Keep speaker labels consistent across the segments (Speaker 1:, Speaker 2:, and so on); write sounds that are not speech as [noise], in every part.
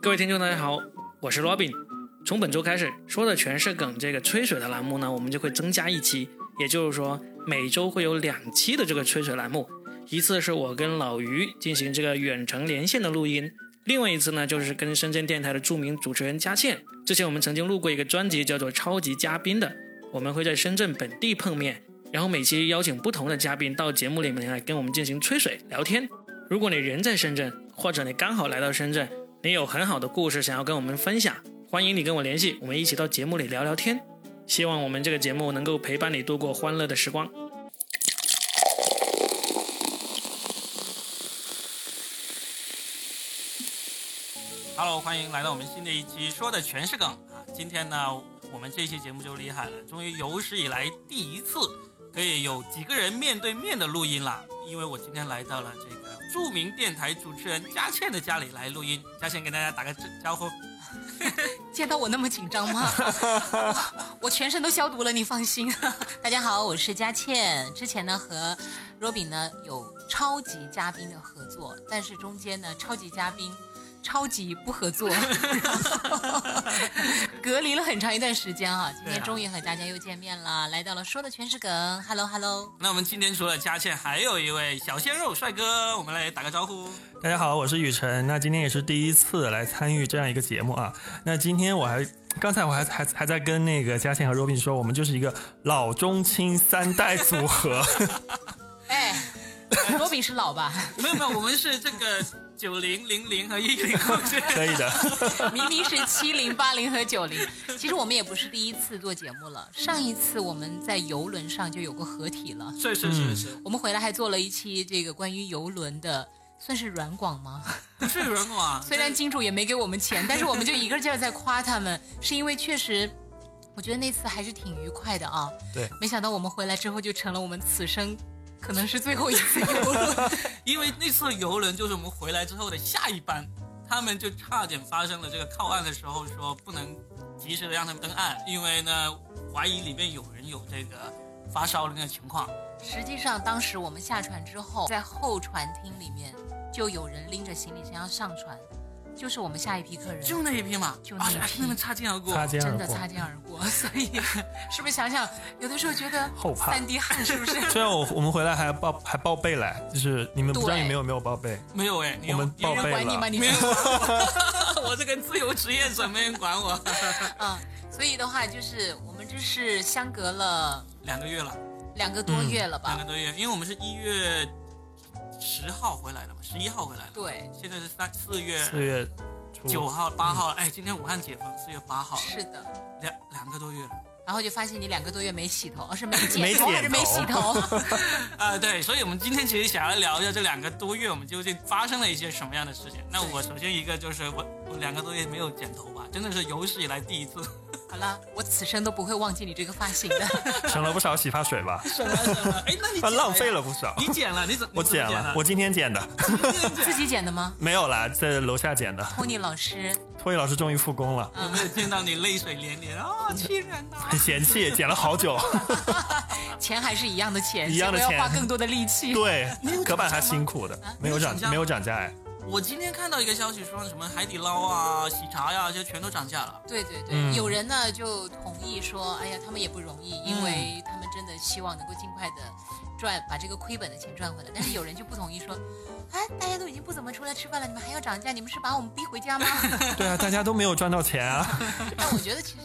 Speaker 1: 各位听众，大家好，我是 Robin。从本周开始，说的全是梗这个吹水的栏目呢，我们就会增加一期，也就是说每周会有两期的这个吹水栏目，一次是我跟老于进行这个远程连线的录音，另外一次呢就是跟深圳电台的著名主持人佳倩，之前我们曾经录过一个专辑叫做《超级嘉宾》的，我们会在深圳本地碰面，然后每期邀请不同的嘉宾到节目里面来跟我们进行吹水聊天。如果你人在深圳，或者你刚好来到深圳，你有很好的故事想要跟我们分享，欢迎你跟我联系，我们一起到节目里聊聊天。希望我们这个节目能够陪伴你度过欢乐的时光。
Speaker 2: Hello，欢迎来到我们新的一期，说的全是梗啊！今天呢，我们这期节目就厉害了，终于有史以来第一次可以有几个人面对面的录音啦。因为我今天来到了这个著名电台主持人佳倩的家里来录音，佳倩给大家打个招呼。
Speaker 3: 见到我那么紧张 [laughs] 吗？我我全身都消毒了，你放心。 [laughs] 大家好，我是佳倩。之前呢和 Robin 呢有超级嘉宾的合作，但是中间呢超级嘉宾超级不合 [laughs] 作，然后隔离了很长一段时间啊。今
Speaker 2: 对
Speaker 3: 天
Speaker 2: 啊
Speaker 3: 终于和大家又见面了，来到了说的全是梗。Hello Hello，
Speaker 2: 那我们今天除了佳倩，还有一位小鲜肉帅哥，我们来打个招呼。
Speaker 4: 大家好，我是雨辰。那今天也是第一次来参与这样一个节目啊。那今天我还，刚才我还还还在跟那个嘉倩和 Robin 说，我们就是一个老中青三代组
Speaker 2: [laughs]
Speaker 4: 合。
Speaker 3: 哎，Robin 是老吧？
Speaker 2: 没有没有，我们是这个九零零零和一零后之类的。
Speaker 4: 可以的，
Speaker 3: 明明是七零、八零和九零，其实我们也不是第一次做节目了。上一次我们在游轮上就有过合体了，
Speaker 2: [laughs] 是是是是，
Speaker 3: 我们回来还做了一期这个关于游轮的，算是软广吗？ [laughs]
Speaker 2: 不是人啊广，
Speaker 3: 虽然金主也没给我们钱，但是我们就一个劲儿在夸他们，是因为确实。我觉得那次还是挺愉快的啊，
Speaker 4: 对，
Speaker 3: 没想到我们回来之后就成了我们此生可能是最后一次游轮，
Speaker 2: 因为那次游轮就是我们回来之后的下一班，他们就差点发生了这个靠岸的时候说不能及时的让他们登岸，因为呢怀疑里面有人有这个发烧的那个情况。
Speaker 3: 实际上，当时我们下船之后，在候船厅里面就有人拎着行李箱要上船，就是我们下一批客人，
Speaker 2: 就那一批嘛，
Speaker 3: 就那一批
Speaker 2: 啊他们擦肩而过。
Speaker 4: 擦肩而
Speaker 3: 真的
Speaker 4: 过。
Speaker 3: 擦肩而过。所以， [laughs] 是不是想想，有的时候觉得
Speaker 4: 后怕
Speaker 3: 三滴汗是不 [laughs] 是？
Speaker 4: 虽然我我们回来还报还报备来，就是你们不知道
Speaker 3: 对
Speaker 4: 你们有没有报备？
Speaker 2: 没有哎，你
Speaker 4: 我们
Speaker 2: 有
Speaker 4: 报
Speaker 2: 人
Speaker 4: 备
Speaker 2: 管
Speaker 3: 管你吗？
Speaker 4: 了。
Speaker 3: 你
Speaker 2: 没人
Speaker 3: 们
Speaker 2: 管我，我这个自由职业者没人管我。
Speaker 3: 啊、所以的话，就是我们这是相隔了
Speaker 2: 两个月了，
Speaker 3: 两个多月了
Speaker 2: 两
Speaker 3: 吧？
Speaker 2: 个多月，因为我们是一月十号回来的嘛，十一号回来的，
Speaker 3: 对，
Speaker 2: 现在是三四月
Speaker 4: 四月初
Speaker 2: 九号、八号，哎，今天武汉解封，四月八号，
Speaker 3: 是的。
Speaker 2: 两两个多月了。
Speaker 3: 然后就发现你两个多月没洗头，而、哦是没
Speaker 4: 没
Speaker 3: 剪头，
Speaker 4: 剪
Speaker 3: 还是没洗头？ [laughs]
Speaker 2: 啊、对，所以我们今天其实想要聊一下这两个多月我们究竟发生了一些什么样的事情。那我首先一个就是我我两个多月没有剪头发，真的是有史以来第一次。
Speaker 3: 好了，我此生都不会忘记你这个发型的。 [laughs]
Speaker 4: 省了不少洗发水吧？
Speaker 2: [laughs] 什么什么？哎，那你
Speaker 4: 啊，
Speaker 2: 剪了呀
Speaker 4: 浪费了。不少。
Speaker 2: 你剪了？你怎
Speaker 4: 我
Speaker 2: 你怎
Speaker 4: 剪
Speaker 2: 么剪
Speaker 4: 了，我今天剪的，
Speaker 3: 自己剪的吗？
Speaker 4: 没有啦，在楼下剪的。
Speaker 3: 托尼老师，
Speaker 4: 托尼老师终于复工了，
Speaker 2: 有嗯没有见到你泪水连连啊？亲人呐、
Speaker 4: 很嫌弃，剪了好久。
Speaker 3: 钱还是一样的钱，
Speaker 4: 一样的
Speaker 3: 结果
Speaker 4: 钱
Speaker 3: 要花更多的力气。
Speaker 4: [laughs] 对，隔板还辛苦的，啊没有涨
Speaker 2: 没有涨价吗
Speaker 4: 没有涨价哎。
Speaker 2: [laughs] 我今天看到一个消息说什么海底捞啊、喜茶呀、这全都涨价了。
Speaker 3: 对对对，
Speaker 4: 嗯
Speaker 3: 有人呢就同意说，哎呀，他们也不容易，因
Speaker 4: 嗯
Speaker 3: 为他们真的希望能够尽快的赚把这个亏本的钱赚回来。但是有人就不同意说，哎，大家都已经不怎么出来吃饭了，你们还要涨价，你们是把我们逼回
Speaker 4: [laughs]
Speaker 3: 家吗？
Speaker 4: [laughs] 对啊，大家都没有赚到钱 [laughs] 啊。
Speaker 3: 但我觉得其实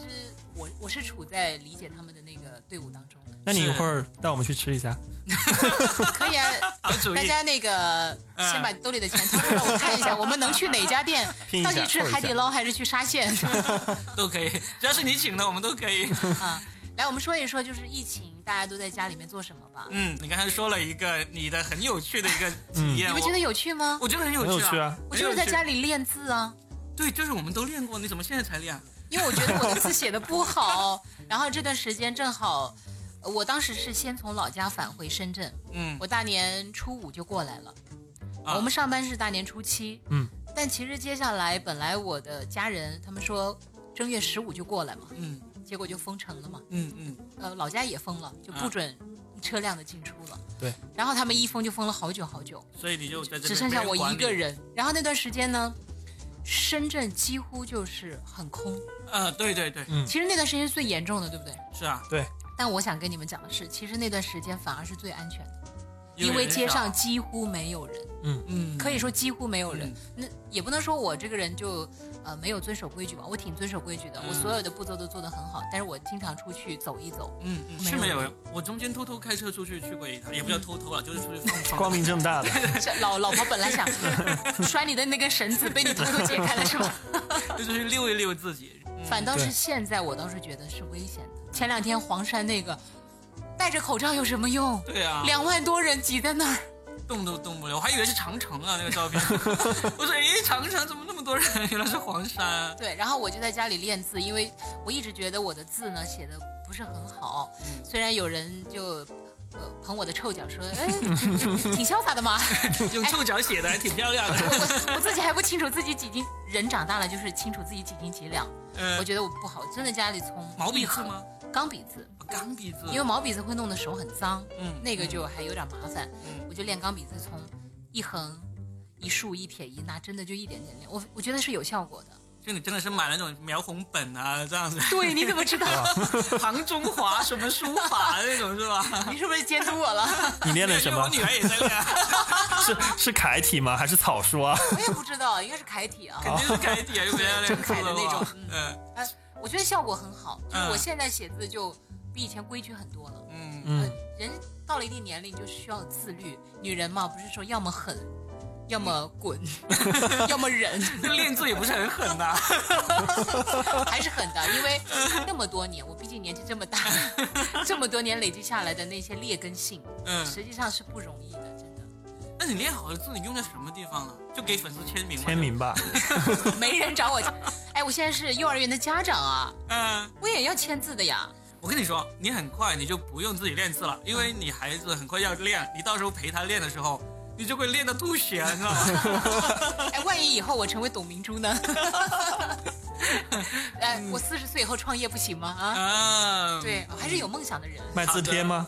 Speaker 3: 我我是处在理解他们的那个队伍当中的，
Speaker 4: [laughs] 那你一会儿带我们去吃一下，
Speaker 3: 可以啊。
Speaker 2: 好主
Speaker 3: 大
Speaker 2: 意，
Speaker 3: 家那个
Speaker 2: 嗯
Speaker 3: 先把兜里的钱掏出来，我看一下我们能去哪家
Speaker 4: [laughs]
Speaker 3: 店
Speaker 4: 拼，一下
Speaker 3: 到底是
Speaker 4: 凑一下
Speaker 3: 海底捞还是去沙县？
Speaker 2: 都可以，只要是你请的，我们都可以。
Speaker 3: 啊，来，我们说一说，就是疫情，大家都在家里面做什么吧？
Speaker 2: 嗯，你刚才说了一个你的很有趣的一个体验，
Speaker 3: 你
Speaker 2: 我
Speaker 3: 们觉得有趣吗？
Speaker 2: 我觉得很有
Speaker 4: 嗯很有
Speaker 2: 趣
Speaker 4: 趣啊。
Speaker 3: 我就是在家里练字啊，
Speaker 2: 对，就是我们都练过，你怎么现在才练？啊
Speaker 3: 因为我觉得我的字写的不好，然后这段时间正好，呃我当时是先从老家返回深圳，
Speaker 2: 嗯，
Speaker 3: 我大年初五就过来了，
Speaker 2: 啊
Speaker 3: 我们上班是大年初七，
Speaker 4: 嗯，
Speaker 3: 但其实接下来本来我的家人他们说正月十五就过来嘛，
Speaker 2: 嗯
Speaker 3: 结果就封城了嘛，
Speaker 2: 嗯嗯，
Speaker 3: 呃，老家也封了，就
Speaker 2: 啊
Speaker 3: 不准车辆的进出了。
Speaker 4: 对，
Speaker 3: 然后他们一封就封了好久好久，
Speaker 2: 所以你就在这边
Speaker 3: 只剩下我
Speaker 2: 被
Speaker 3: 一个
Speaker 2: 管理。
Speaker 3: 人。然后那段时间呢，深圳几乎就是很空。
Speaker 2: 呃，对对对，
Speaker 4: 嗯
Speaker 3: 其实那段时间是最严重的，对不对？
Speaker 2: 是啊，
Speaker 4: 对，
Speaker 3: 但我想跟你们讲的是，其实那段时间反而是最安全的，
Speaker 2: 因
Speaker 3: 因为街
Speaker 2: 人少
Speaker 3: 上几乎没有人，
Speaker 2: 嗯
Speaker 3: 可以说几乎没有人。那也不能说我这个人就呃没有遵守规矩吧，我挺遵守规矩的，
Speaker 2: 嗯
Speaker 3: 我所有的步骤都做得很好。但是我经常出去走
Speaker 2: [laughs]
Speaker 3: 一走，
Speaker 2: 嗯嗯
Speaker 3: 没
Speaker 2: 是
Speaker 3: 有
Speaker 2: 没有
Speaker 3: 人嗯
Speaker 2: 人，我中间偷偷开车出去去过一趟，也不叫偷偷啊，就是出去放
Speaker 3: [laughs]
Speaker 2: 放。
Speaker 4: 光明正 [laughs] 大的，
Speaker 3: 这老老婆本来想 [laughs] 摔你的那根绳子，被你偷偷解开了是吧？
Speaker 2: 就出去溜一溜自己。嗯
Speaker 3: 反倒
Speaker 4: 对
Speaker 3: 是现在，我倒是觉得是危险的。前两天黄山那个，戴着口罩有什么用？
Speaker 2: 对啊，
Speaker 3: 两万多人挤在那儿，
Speaker 2: 动都动不了，我还以为是长城啊那个照
Speaker 3: [laughs]
Speaker 2: 片。我说诶，长城怎么那么多人？原来是黄山。
Speaker 3: 对，然后我就在家里练字，因为我一直觉得我的字呢写的不是很好，
Speaker 2: 嗯
Speaker 3: 虽然有人就。呃，捧我的臭脚说，哎，挺潇洒的嘛。 [laughs]
Speaker 2: 用臭脚写的还挺漂亮的。
Speaker 3: 哎我我我自己还不清楚自己几斤，人长大了就是清楚自己几斤几两。我
Speaker 2: 呃，
Speaker 3: 觉得我不好，真的家里从
Speaker 2: 毛笔
Speaker 3: 一
Speaker 2: 字
Speaker 3: 横
Speaker 2: 吗？哦嗯
Speaker 3: 钢笔字，
Speaker 2: 钢笔字。
Speaker 3: 因为毛笔字会弄得手很脏，
Speaker 2: 嗯
Speaker 3: 那个就还有点麻烦。
Speaker 2: 嗯
Speaker 3: 我就练钢笔字，从一横、一竖、一撇、一捺，真的就一点点练。我我觉得是有效果的。
Speaker 2: 就你真的是买那种描红本啊，这样子，
Speaker 3: 对，你怎么知 [laughs] 道？
Speaker 2: [laughs] 唐中华什么书法那种是吧？
Speaker 3: 你是不是监督我了？
Speaker 4: 你练的什么
Speaker 2: 因为我？女儿也在
Speaker 4: [laughs]
Speaker 2: 练，
Speaker 4: 是是楷体吗？还是草书 [laughs] 啊？
Speaker 3: [laughs] 我也不知道，应该是楷体啊。
Speaker 2: 肯定是楷体啊，又没人练字
Speaker 3: 正楷的那种
Speaker 2: 嗯
Speaker 3: 哎，我觉得效果很好，就是
Speaker 2: 嗯
Speaker 3: 我现在写字就比以前规矩很多了。
Speaker 2: 嗯
Speaker 4: 嗯
Speaker 3: 呃，人到了一定年龄就需要自律，女人嘛，不是说要么狠，要么 [laughs] 滚，要么忍。 [laughs]
Speaker 2: 嗯，练字也不是很狠呐、
Speaker 3: 还是狠的，因为那么多年，我毕竟年纪这么大， [laughs] 这么多年累积下来的那些劣根性，
Speaker 2: 嗯，
Speaker 3: 实际上是不容易的，真的，
Speaker 2: 那你练好了字，你用在什么地方了？就给粉丝签名吗？
Speaker 4: 签。名吧，
Speaker 3: 没人找我。
Speaker 2: [laughs]
Speaker 3: 哎，我现在是幼儿园的家长啊，
Speaker 2: 嗯，
Speaker 3: 我也要签字的呀。
Speaker 2: 我跟你说，你很快你就不用自己练字了，因为你孩子很快要练，你到时候陪他练的时候，你就会练到吐血，你知道
Speaker 4: [laughs]
Speaker 2: 吗？
Speaker 3: 哎，万一以后我成为董明
Speaker 2: [laughs]
Speaker 3: 珠呢？哎，我四十岁以后创业不行吗？啊，
Speaker 2: 嗯，
Speaker 3: 对，还是有梦想
Speaker 2: [laughs]
Speaker 3: 的人。
Speaker 4: 卖字帖吗？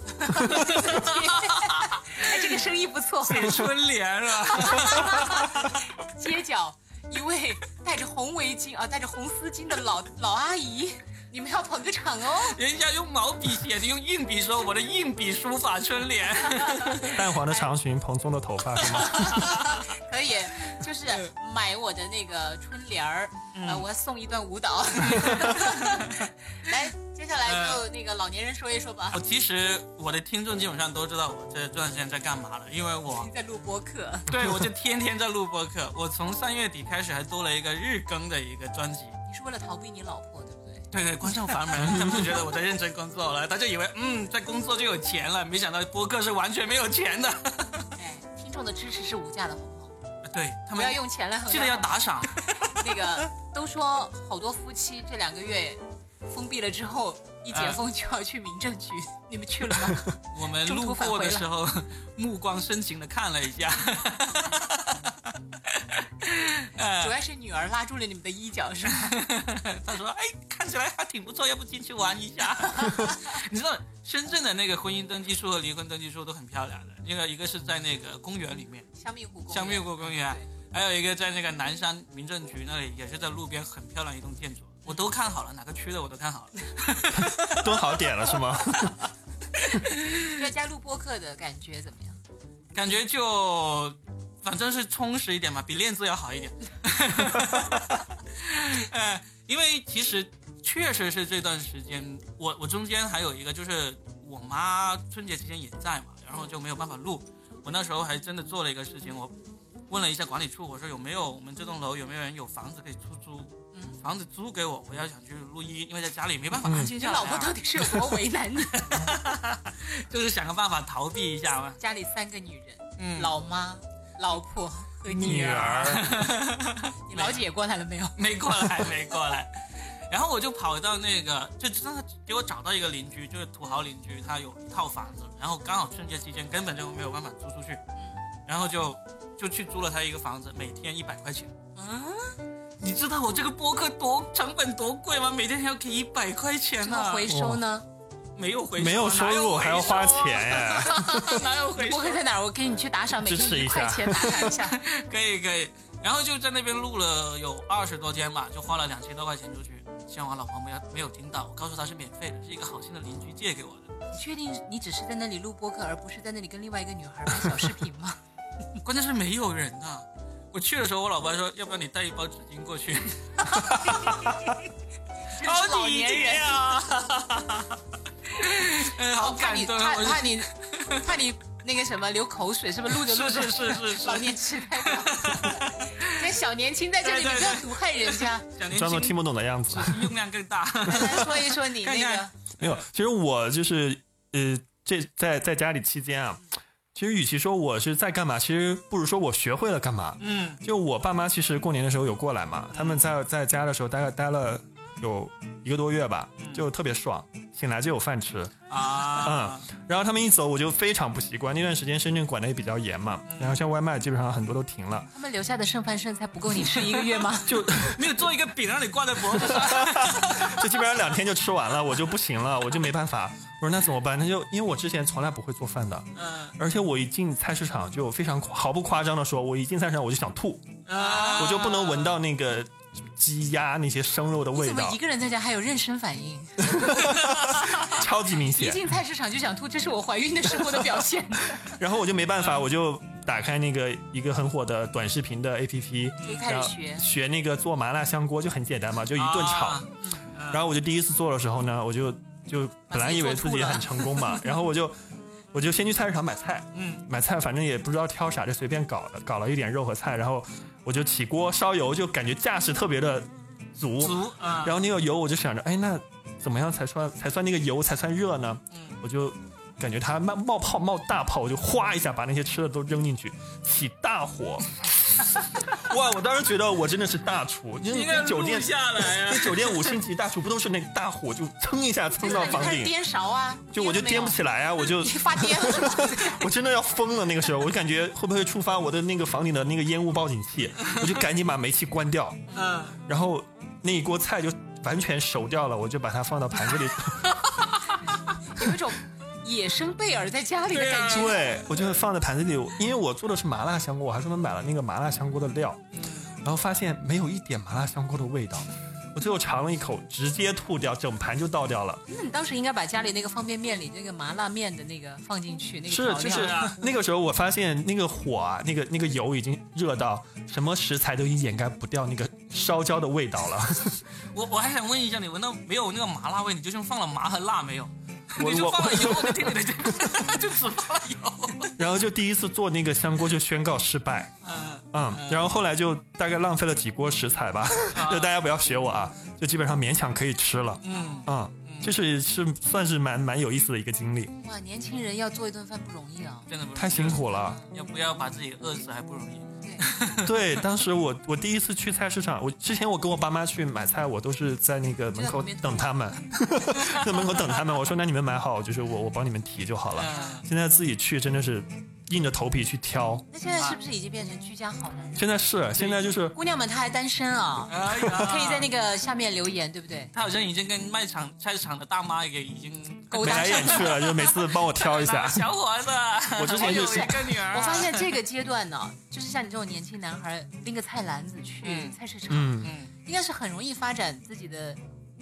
Speaker 3: 哎，这个生意不错，
Speaker 2: 写春联 [laughs] 是吧？
Speaker 3: 街角一位戴着红围巾啊，戴着红丝巾的老老阿姨，你们要捧个场哦。
Speaker 2: 人家用毛笔写，你用硬笔说，我的硬笔书法春联。
Speaker 4: 淡黄的长裙，蓬松的头发 [laughs] 是吗？
Speaker 3: 可以，就是
Speaker 2: 嗯
Speaker 3: 买我的那个春联儿，呃，我送一段舞
Speaker 2: [laughs]
Speaker 3: 蹈。来，接下来就那个老年人说一说吧
Speaker 2: 我。哦其实我的听众基本上都知道我这段时间在干嘛了，因为我
Speaker 3: 你在录播客，
Speaker 2: [laughs] 对 [laughs] 我就天天在录播客。我从三月底开始还多了一个日更的一个专辑。
Speaker 3: 你是为了逃避你老婆，对不对？
Speaker 2: 对对，关上房门，他们就觉得我在认真工作了，他就以为嗯，在工作就有钱了，没想到播客是完全没有钱的。 [laughs]
Speaker 3: 哎，听众的支持是无价的，好不好？
Speaker 2: 对嗯他
Speaker 3: 不
Speaker 2: 们
Speaker 3: 要用钱来衡量。
Speaker 2: 记得要打
Speaker 3: [laughs]
Speaker 2: 赏，
Speaker 3: 那个，都说好多夫妻这两个月封闭了之后，一解封就要去民政局，
Speaker 2: 嗯
Speaker 3: 你们去了吗？
Speaker 2: 我们
Speaker 3: 中途
Speaker 2: 路
Speaker 3: 返
Speaker 2: 过
Speaker 3: 回
Speaker 2: 的
Speaker 3: 了
Speaker 2: 时候， [laughs] 目光深情的看了一下。嗯
Speaker 3: 主要是女儿拉住了你们的衣角，是吧？
Speaker 2: 他说：“哎，看起来还挺不错，要不进去玩一
Speaker 3: [laughs]
Speaker 2: 下？”你知道深圳的那个婚姻登记处和离婚登记处都很漂亮的，那个一个是在那个公园里面，
Speaker 3: 香蜜湖公园
Speaker 2: 香蜜湖公园，还有一个在那个南山民政局那里，也是在路边很漂亮一栋建筑，我都看好了，哪个区的我都看好了。
Speaker 4: 蹲好点了是吗？
Speaker 3: 在家录播客的感觉怎么样？
Speaker 2: 感觉就反正是充实一点嘛，比练字要好一点。 [laughs] 呃，因为其实确实是这段时间，我我中间还有一个就是我妈春节期间也在嘛，然后就没有办法录。我那时候还真的做了一个事情，我问了一下管理处，我说有没有我们这栋楼有没有人有房子可以出租？
Speaker 3: 嗯
Speaker 2: 房子租给我，我要想去录音，因为在家里没办法安静
Speaker 3: 你
Speaker 2: 下来、啊
Speaker 3: 老婆到底是有多为难你？
Speaker 2: 就是想个办法逃避一下嘛。
Speaker 3: [laughs] 家里三个女人，
Speaker 2: 嗯，
Speaker 3: 老妈、老婆和女
Speaker 4: [laughs] 女儿，
Speaker 3: 你老姐过来了没有？
Speaker 2: [laughs] 没过来，没过来。 [laughs] 然后我就跑到那个，就真的给我找到一个邻居，就是土豪邻居，他有一套房子，然后刚好春节期间根本就没有办法租出去，然后就就去租了他一个房子，每天一百块钱。
Speaker 3: 嗯，
Speaker 2: 你知道我这个播客多成本多贵吗？每天还要给一百块钱
Speaker 3: 这
Speaker 2: 呢、
Speaker 3: 个回收呢？
Speaker 2: 没有回
Speaker 4: [laughs] 没有收
Speaker 2: 收
Speaker 4: 入还要花，钱，哎 [laughs]
Speaker 2: 哪有回收
Speaker 3: 不
Speaker 2: 啊？
Speaker 3: 会在 [laughs] 哪儿？我给你去打赏，每
Speaker 4: 支持
Speaker 3: 天
Speaker 4: 一
Speaker 3: 一块
Speaker 4: 下
Speaker 3: 钱打赏一 [laughs] 下。
Speaker 2: 可以可以。然后就在那边录了有二十多天吧，就花了两千多块钱出去。希望我老婆没有没有听到，我告诉她是免费的，是一个好心的邻居借给我的。
Speaker 3: 你确定你只是在那里录播客，而不是在那里跟另外一个女孩拍小视频 [laughs] 吗？
Speaker 2: 关键是没有人呐、我去的时候，我老婆还说要不要你带一包纸巾过
Speaker 3: [laughs]
Speaker 2: 去，
Speaker 3: 真是老年人。 [laughs]
Speaker 2: 啊！嗯，好
Speaker 3: 我怕
Speaker 2: 感
Speaker 3: 你
Speaker 2: 动
Speaker 3: 怕
Speaker 2: 啊！我
Speaker 3: 怕你怕你那个什么流口水，是不是录着录
Speaker 2: 是
Speaker 3: 着
Speaker 2: 是是是是
Speaker 3: 老，年痴呆了？ [laughs] 那小年轻在这里，你
Speaker 2: 对对
Speaker 3: 不
Speaker 2: 对
Speaker 3: 要毒害人 [laughs] 家。
Speaker 2: 小年
Speaker 4: 装作听
Speaker 2: 轻
Speaker 4: 不懂的样 [laughs] 子。
Speaker 2: 用量更大。
Speaker 3: [laughs] 来说一说你那
Speaker 2: 看
Speaker 3: 个
Speaker 2: 看，
Speaker 4: 没有，其实我就是呃，这在在家里期间啊，其实与其说我是在干嘛，其实不如说我学会了干嘛。
Speaker 2: 嗯，
Speaker 4: 就我爸妈其实过年的时候有过来嘛，他们在在家的时候大概待了有一个多月吧，就特别爽，醒来就有饭吃。
Speaker 2: 啊，
Speaker 4: 然后他们一走，我就非常不习惯。那段时间深圳管的也比较严嘛，然后像外卖基本上很多都停了。
Speaker 3: 他们留下的剩饭剩菜不够你吃一个月吗？
Speaker 4: 就
Speaker 2: [laughs] 没有做一个饼让你挂在脖
Speaker 4: [laughs]
Speaker 2: 子上，
Speaker 4: 就基本上两天就吃完了，我就不行了，我就没办法。我说那怎么办？那就因为我之前从来不会做饭的， [laughs]
Speaker 2: 嗯
Speaker 4: 而且我一进菜市场就非常毫不夸张的说，我一进菜市场我就想吐，
Speaker 2: 啊，
Speaker 4: 我就不能闻到那个鸡鸭那些生肉的
Speaker 3: 你
Speaker 4: [laughs] 味
Speaker 3: 怎么
Speaker 4: 道
Speaker 3: 一，个人在家还有妊娠反应？
Speaker 4: 超级明
Speaker 3: 一
Speaker 4: 显。
Speaker 3: 进菜市场就想吐，这是我怀孕的时候的表
Speaker 4: [laughs]
Speaker 3: 现。
Speaker 4: 然后我就没办法，我就打开那个一个很火的短视频的 APP，
Speaker 3: 就开始
Speaker 4: 然后
Speaker 3: 学
Speaker 4: 学那个做麻辣香锅，就很简单嘛，就一顿炒。
Speaker 2: 啊
Speaker 4: 然后我就第一次做的时候呢，我就就本来以为自己很成功嘛，然后我就我就先去菜市场买菜，
Speaker 2: 嗯，
Speaker 4: 买菜反正也不知道挑啥，就随便搞了，搞了一点肉和菜，然后我就起锅烧油，就感觉架势特别的足，
Speaker 2: 足啊，
Speaker 4: 然后那个油我就想着，哎，那怎么样才算才算那个油才算热呢？我就感觉它冒冒泡冒大泡，我就哗一下把那些吃的都扔进去，起大火。哇！我当时觉得我真的是大厨，因为
Speaker 2: 应该
Speaker 4: 嗯酒店
Speaker 2: 录下来啊
Speaker 4: 那酒店五星级大厨不都是那个大火就蹭一下蹭
Speaker 3: 就
Speaker 4: 到
Speaker 3: 是你
Speaker 4: 房
Speaker 3: 开始
Speaker 4: 顶，
Speaker 3: 颠勺啊，
Speaker 4: 就我就
Speaker 3: 颠
Speaker 4: 颠
Speaker 3: 了
Speaker 4: 不
Speaker 3: 没有
Speaker 4: 起来啊！我就
Speaker 3: 你发癫了是吧？
Speaker 4: 我真的要疯了，那个时候我就感觉会不会触发我的那个房顶的那个烟雾报警器，我就赶紧把煤气关掉，
Speaker 2: 嗯，
Speaker 4: 然后那一锅菜就完全熟掉了，我就把它放到
Speaker 2: [laughs]
Speaker 4: 盘子里。
Speaker 3: [laughs] 有一种野生贝尔在家里的感觉。
Speaker 4: 对，啊我就放在盘子里，因为我做的是麻辣香锅，我还专门买了那个麻辣香锅的料，然后发现没有一点麻辣香锅的味道。我最后尝了一口，直接吐掉，整盘就倒掉了。
Speaker 3: 那你当时应该把家里那个方便面里那个麻辣面的那个放进去，那个
Speaker 4: 是
Speaker 3: 调，料。
Speaker 4: 就是
Speaker 2: 啊
Speaker 4: 那个时候我发现那个火啊，那个那个油已经热到什么食材都已经掩盖不掉那个烧焦的味道了。
Speaker 2: 我我还想问一下，你闻到没有那个麻辣味？你究竟放了麻和辣没有？
Speaker 4: 我
Speaker 2: 你就
Speaker 4: 我
Speaker 2: 放了油，我就听你的，
Speaker 4: [laughs]
Speaker 2: 就只放了油。
Speaker 4: 然后就第一次做那个香锅就宣告失败。
Speaker 2: [laughs] 嗯
Speaker 4: 嗯，然后后来就大概浪费了几锅食材吧， [laughs] 就大家不要学我啊，就基本上勉强可以吃了。
Speaker 2: 嗯，
Speaker 4: 啊，就是是算是蛮蛮有意思的一个经历，
Speaker 3: 哇，年轻人要做一顿饭不容易啊。
Speaker 2: 真的不容易
Speaker 4: 太辛，苦了。
Speaker 2: 要不要把自己饿死还不容易。
Speaker 3: 对，
Speaker 4: 对，当时我我第一次去菜市场，我之前我跟我爸妈去买菜，我都是在那个门口等他们， [laughs] 在门口等他们。我说那你们买好，就是我我帮你们提就好了。
Speaker 2: 嗯，
Speaker 4: 现在自己去真的是硬着头皮去挑，
Speaker 3: 那现在是不是已经变成居家好男人？
Speaker 4: 现在是现在就是
Speaker 3: 姑娘们，她还单身啊、
Speaker 2: 哎呀，
Speaker 3: 可以在那个下面留言，对不对？
Speaker 2: 他好像已经跟卖场菜市场的大妈也已经。
Speaker 3: 勾
Speaker 4: 眉
Speaker 3: 搭
Speaker 4: 来
Speaker 3: 上
Speaker 4: 眼
Speaker 3: 了。
Speaker 4: 去了，就每次帮我挑一下
Speaker 2: 小伙子，
Speaker 4: [laughs]
Speaker 2: 哎
Speaker 4: 我之前
Speaker 2: 有
Speaker 4: 就是
Speaker 2: 一个女儿，
Speaker 3: 我发现这
Speaker 2: [laughs]
Speaker 3: 个阶段呢，就是像你这种年轻男孩拎个菜篮子去
Speaker 2: 嗯
Speaker 3: 菜市场，
Speaker 4: 嗯，
Speaker 2: 嗯，
Speaker 3: 应该是很容易发展自己的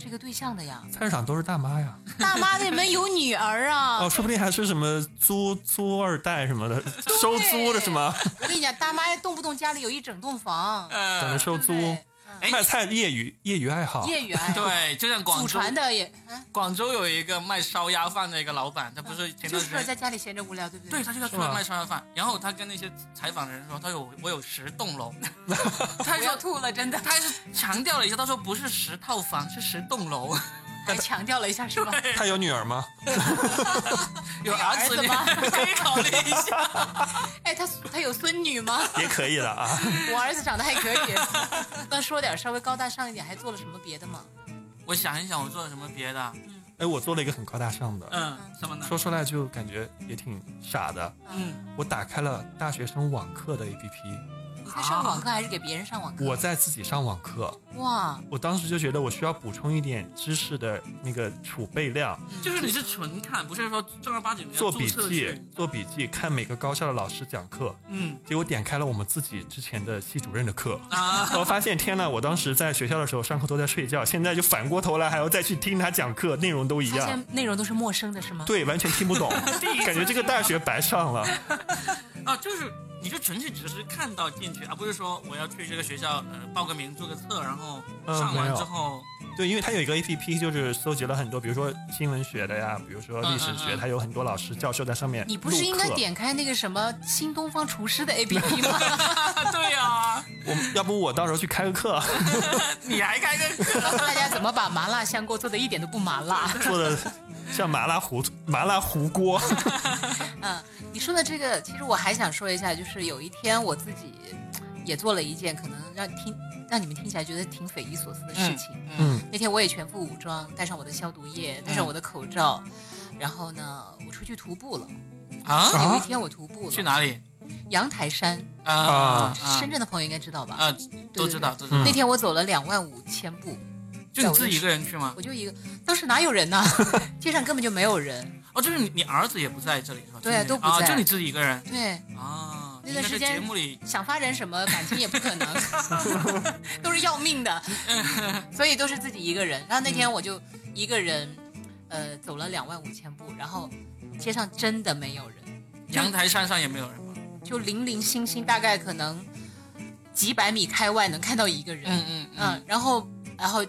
Speaker 3: 这个对象的
Speaker 2: [laughs]
Speaker 3: 呀。
Speaker 4: 菜市场都是大妈呀，
Speaker 3: 大妈你们有女儿啊！
Speaker 4: 哦，说不定还是什么租租二代什么的，收租的是吗？
Speaker 3: 我跟你讲，大妈动不动家里有一整栋房，
Speaker 4: 等着
Speaker 2: 呃，
Speaker 4: 收租
Speaker 3: 对不。对嗯
Speaker 2: 哎
Speaker 4: 卖菜业余业余爱好，
Speaker 3: 业余爱好，
Speaker 2: 哦对，就像广
Speaker 3: 祖
Speaker 2: 州，
Speaker 3: 传的也，啊
Speaker 2: 广州有一个卖烧鸭饭的一个老板，他不是前
Speaker 3: 哦就
Speaker 2: 段
Speaker 3: 是
Speaker 2: 时
Speaker 3: 说
Speaker 2: 间
Speaker 3: 在家里闲着无聊，对不
Speaker 2: 对，
Speaker 3: 对？
Speaker 2: 他就在出
Speaker 4: 是
Speaker 2: 来
Speaker 4: 吗
Speaker 2: 卖烧鸭饭，然后他跟那些采访的人说，他有我有十栋楼， [laughs] 他
Speaker 3: 我要
Speaker 2: 说
Speaker 3: 吐了，真的。
Speaker 2: 他还是强调了一下，他说不是十套房，是十栋楼，
Speaker 3: 还强调了一下是吧？
Speaker 4: 他有女儿吗？
Speaker 2: 有儿子
Speaker 3: [laughs] 有儿子吗
Speaker 2: 你 [laughs] 可以考虑一下。
Speaker 3: 哎，他他有孙女吗？
Speaker 4: [laughs] 也可以的啊。
Speaker 3: 我儿子长得还可
Speaker 2: [laughs]
Speaker 3: 以。那说点稍微高大上一点，还做了什么别的吗？
Speaker 2: 我想一想，我做了什么别的？
Speaker 4: 哎，我做了一个很高大上的，
Speaker 2: 嗯，什么呢？
Speaker 4: 说出来就感觉也挺傻的。
Speaker 2: 嗯，
Speaker 4: 我打开了大学生网课的 APP，
Speaker 3: 你在
Speaker 2: 啊
Speaker 3: 上网课还是给别人上网课？
Speaker 4: 我在自己上网课，
Speaker 3: 哇，
Speaker 4: 我当时就觉得我需要补充一点知识的那个储备量，
Speaker 2: 就是你是纯看，不是说正儿八经的
Speaker 4: 做笔记，做笔记，看每个高校的老师讲课。
Speaker 2: 嗯
Speaker 4: 结果点开了我们自己之前的系主任的课，
Speaker 2: 啊，
Speaker 4: [laughs] 我发现天呐，我当时在学校的时候上课都在睡觉，现在就反过头来还要再去听他讲课，内容都一
Speaker 3: 发
Speaker 4: 样，
Speaker 3: 现内容都是陌生的，是吗？
Speaker 4: 对，完全听
Speaker 3: [laughs]
Speaker 4: 不懂，感觉这个大学白上了。
Speaker 3: 嗯
Speaker 2: 啊，就是你就纯粹只是看到进去，而不是说我要去这个学校呃报个名、做个册，然后
Speaker 4: 嗯
Speaker 2: 上
Speaker 4: 没
Speaker 2: 完
Speaker 4: 有
Speaker 2: 之后，
Speaker 4: 对，因为它有一个 A P P，就是搜集了很多，比如说新闻学的呀，比如说历史
Speaker 2: 嗯嗯
Speaker 4: 学，
Speaker 2: 嗯
Speaker 4: 它有很多老师教授在上面
Speaker 3: 你不是
Speaker 4: 录
Speaker 3: 应该
Speaker 4: 课
Speaker 3: 点开那个什么新东方厨师的 APP 吗？
Speaker 2: 啊，对啊，
Speaker 4: 我们要不我到时候去开个课，
Speaker 3: [laughs]
Speaker 2: 你还开个课
Speaker 4: [laughs]
Speaker 3: 告诉大家怎么把麻辣香锅做的一点都不麻辣。
Speaker 4: 做的像麻辣糊麻辣糊
Speaker 3: [laughs]
Speaker 4: 锅。
Speaker 3: 嗯，你说的这个，其实我还想说一下，就是有一天我自己也做了一件可能让听让你们听起来觉得挺匪夷所思的事情。
Speaker 4: 嗯
Speaker 3: 那天我也全副武装，戴上我的消毒液，戴上我的口罩，然后呢，我出去徒步了。
Speaker 2: 啊？
Speaker 3: 有一天我徒步了，
Speaker 2: 去哪里？
Speaker 3: 阳台山，
Speaker 2: 啊
Speaker 4: 啊
Speaker 3: 深圳的朋友应该知道吧？
Speaker 2: 啊，都知道，都知道
Speaker 4: 嗯。
Speaker 3: 那天我走了两万五千步，
Speaker 2: 就你自己一个人去吗？
Speaker 3: 我就一个，当时哪有人呢？ [laughs] 街上根本就没有人。
Speaker 2: 哦，就是你，你儿子也不在这里是吧？
Speaker 3: 对
Speaker 2: 今天
Speaker 3: 都不
Speaker 2: 啊，
Speaker 3: 在
Speaker 2: 就你自己一个人
Speaker 3: 对，
Speaker 2: 啊。
Speaker 3: 那段时
Speaker 2: 应
Speaker 3: 间
Speaker 2: 该在节目里
Speaker 3: 想发展什么感情也不可能， [laughs] 都是要命的， [laughs] 所以都是自己一个人。然后那天我就一个人，呃，走了两万五千步，然后街上真的没有人，
Speaker 2: 阳台山上也没有人吗？
Speaker 3: 就零零星星，大概可能几百米开外能看到一个人。
Speaker 2: 嗯嗯嗯，
Speaker 3: 嗯，然后然后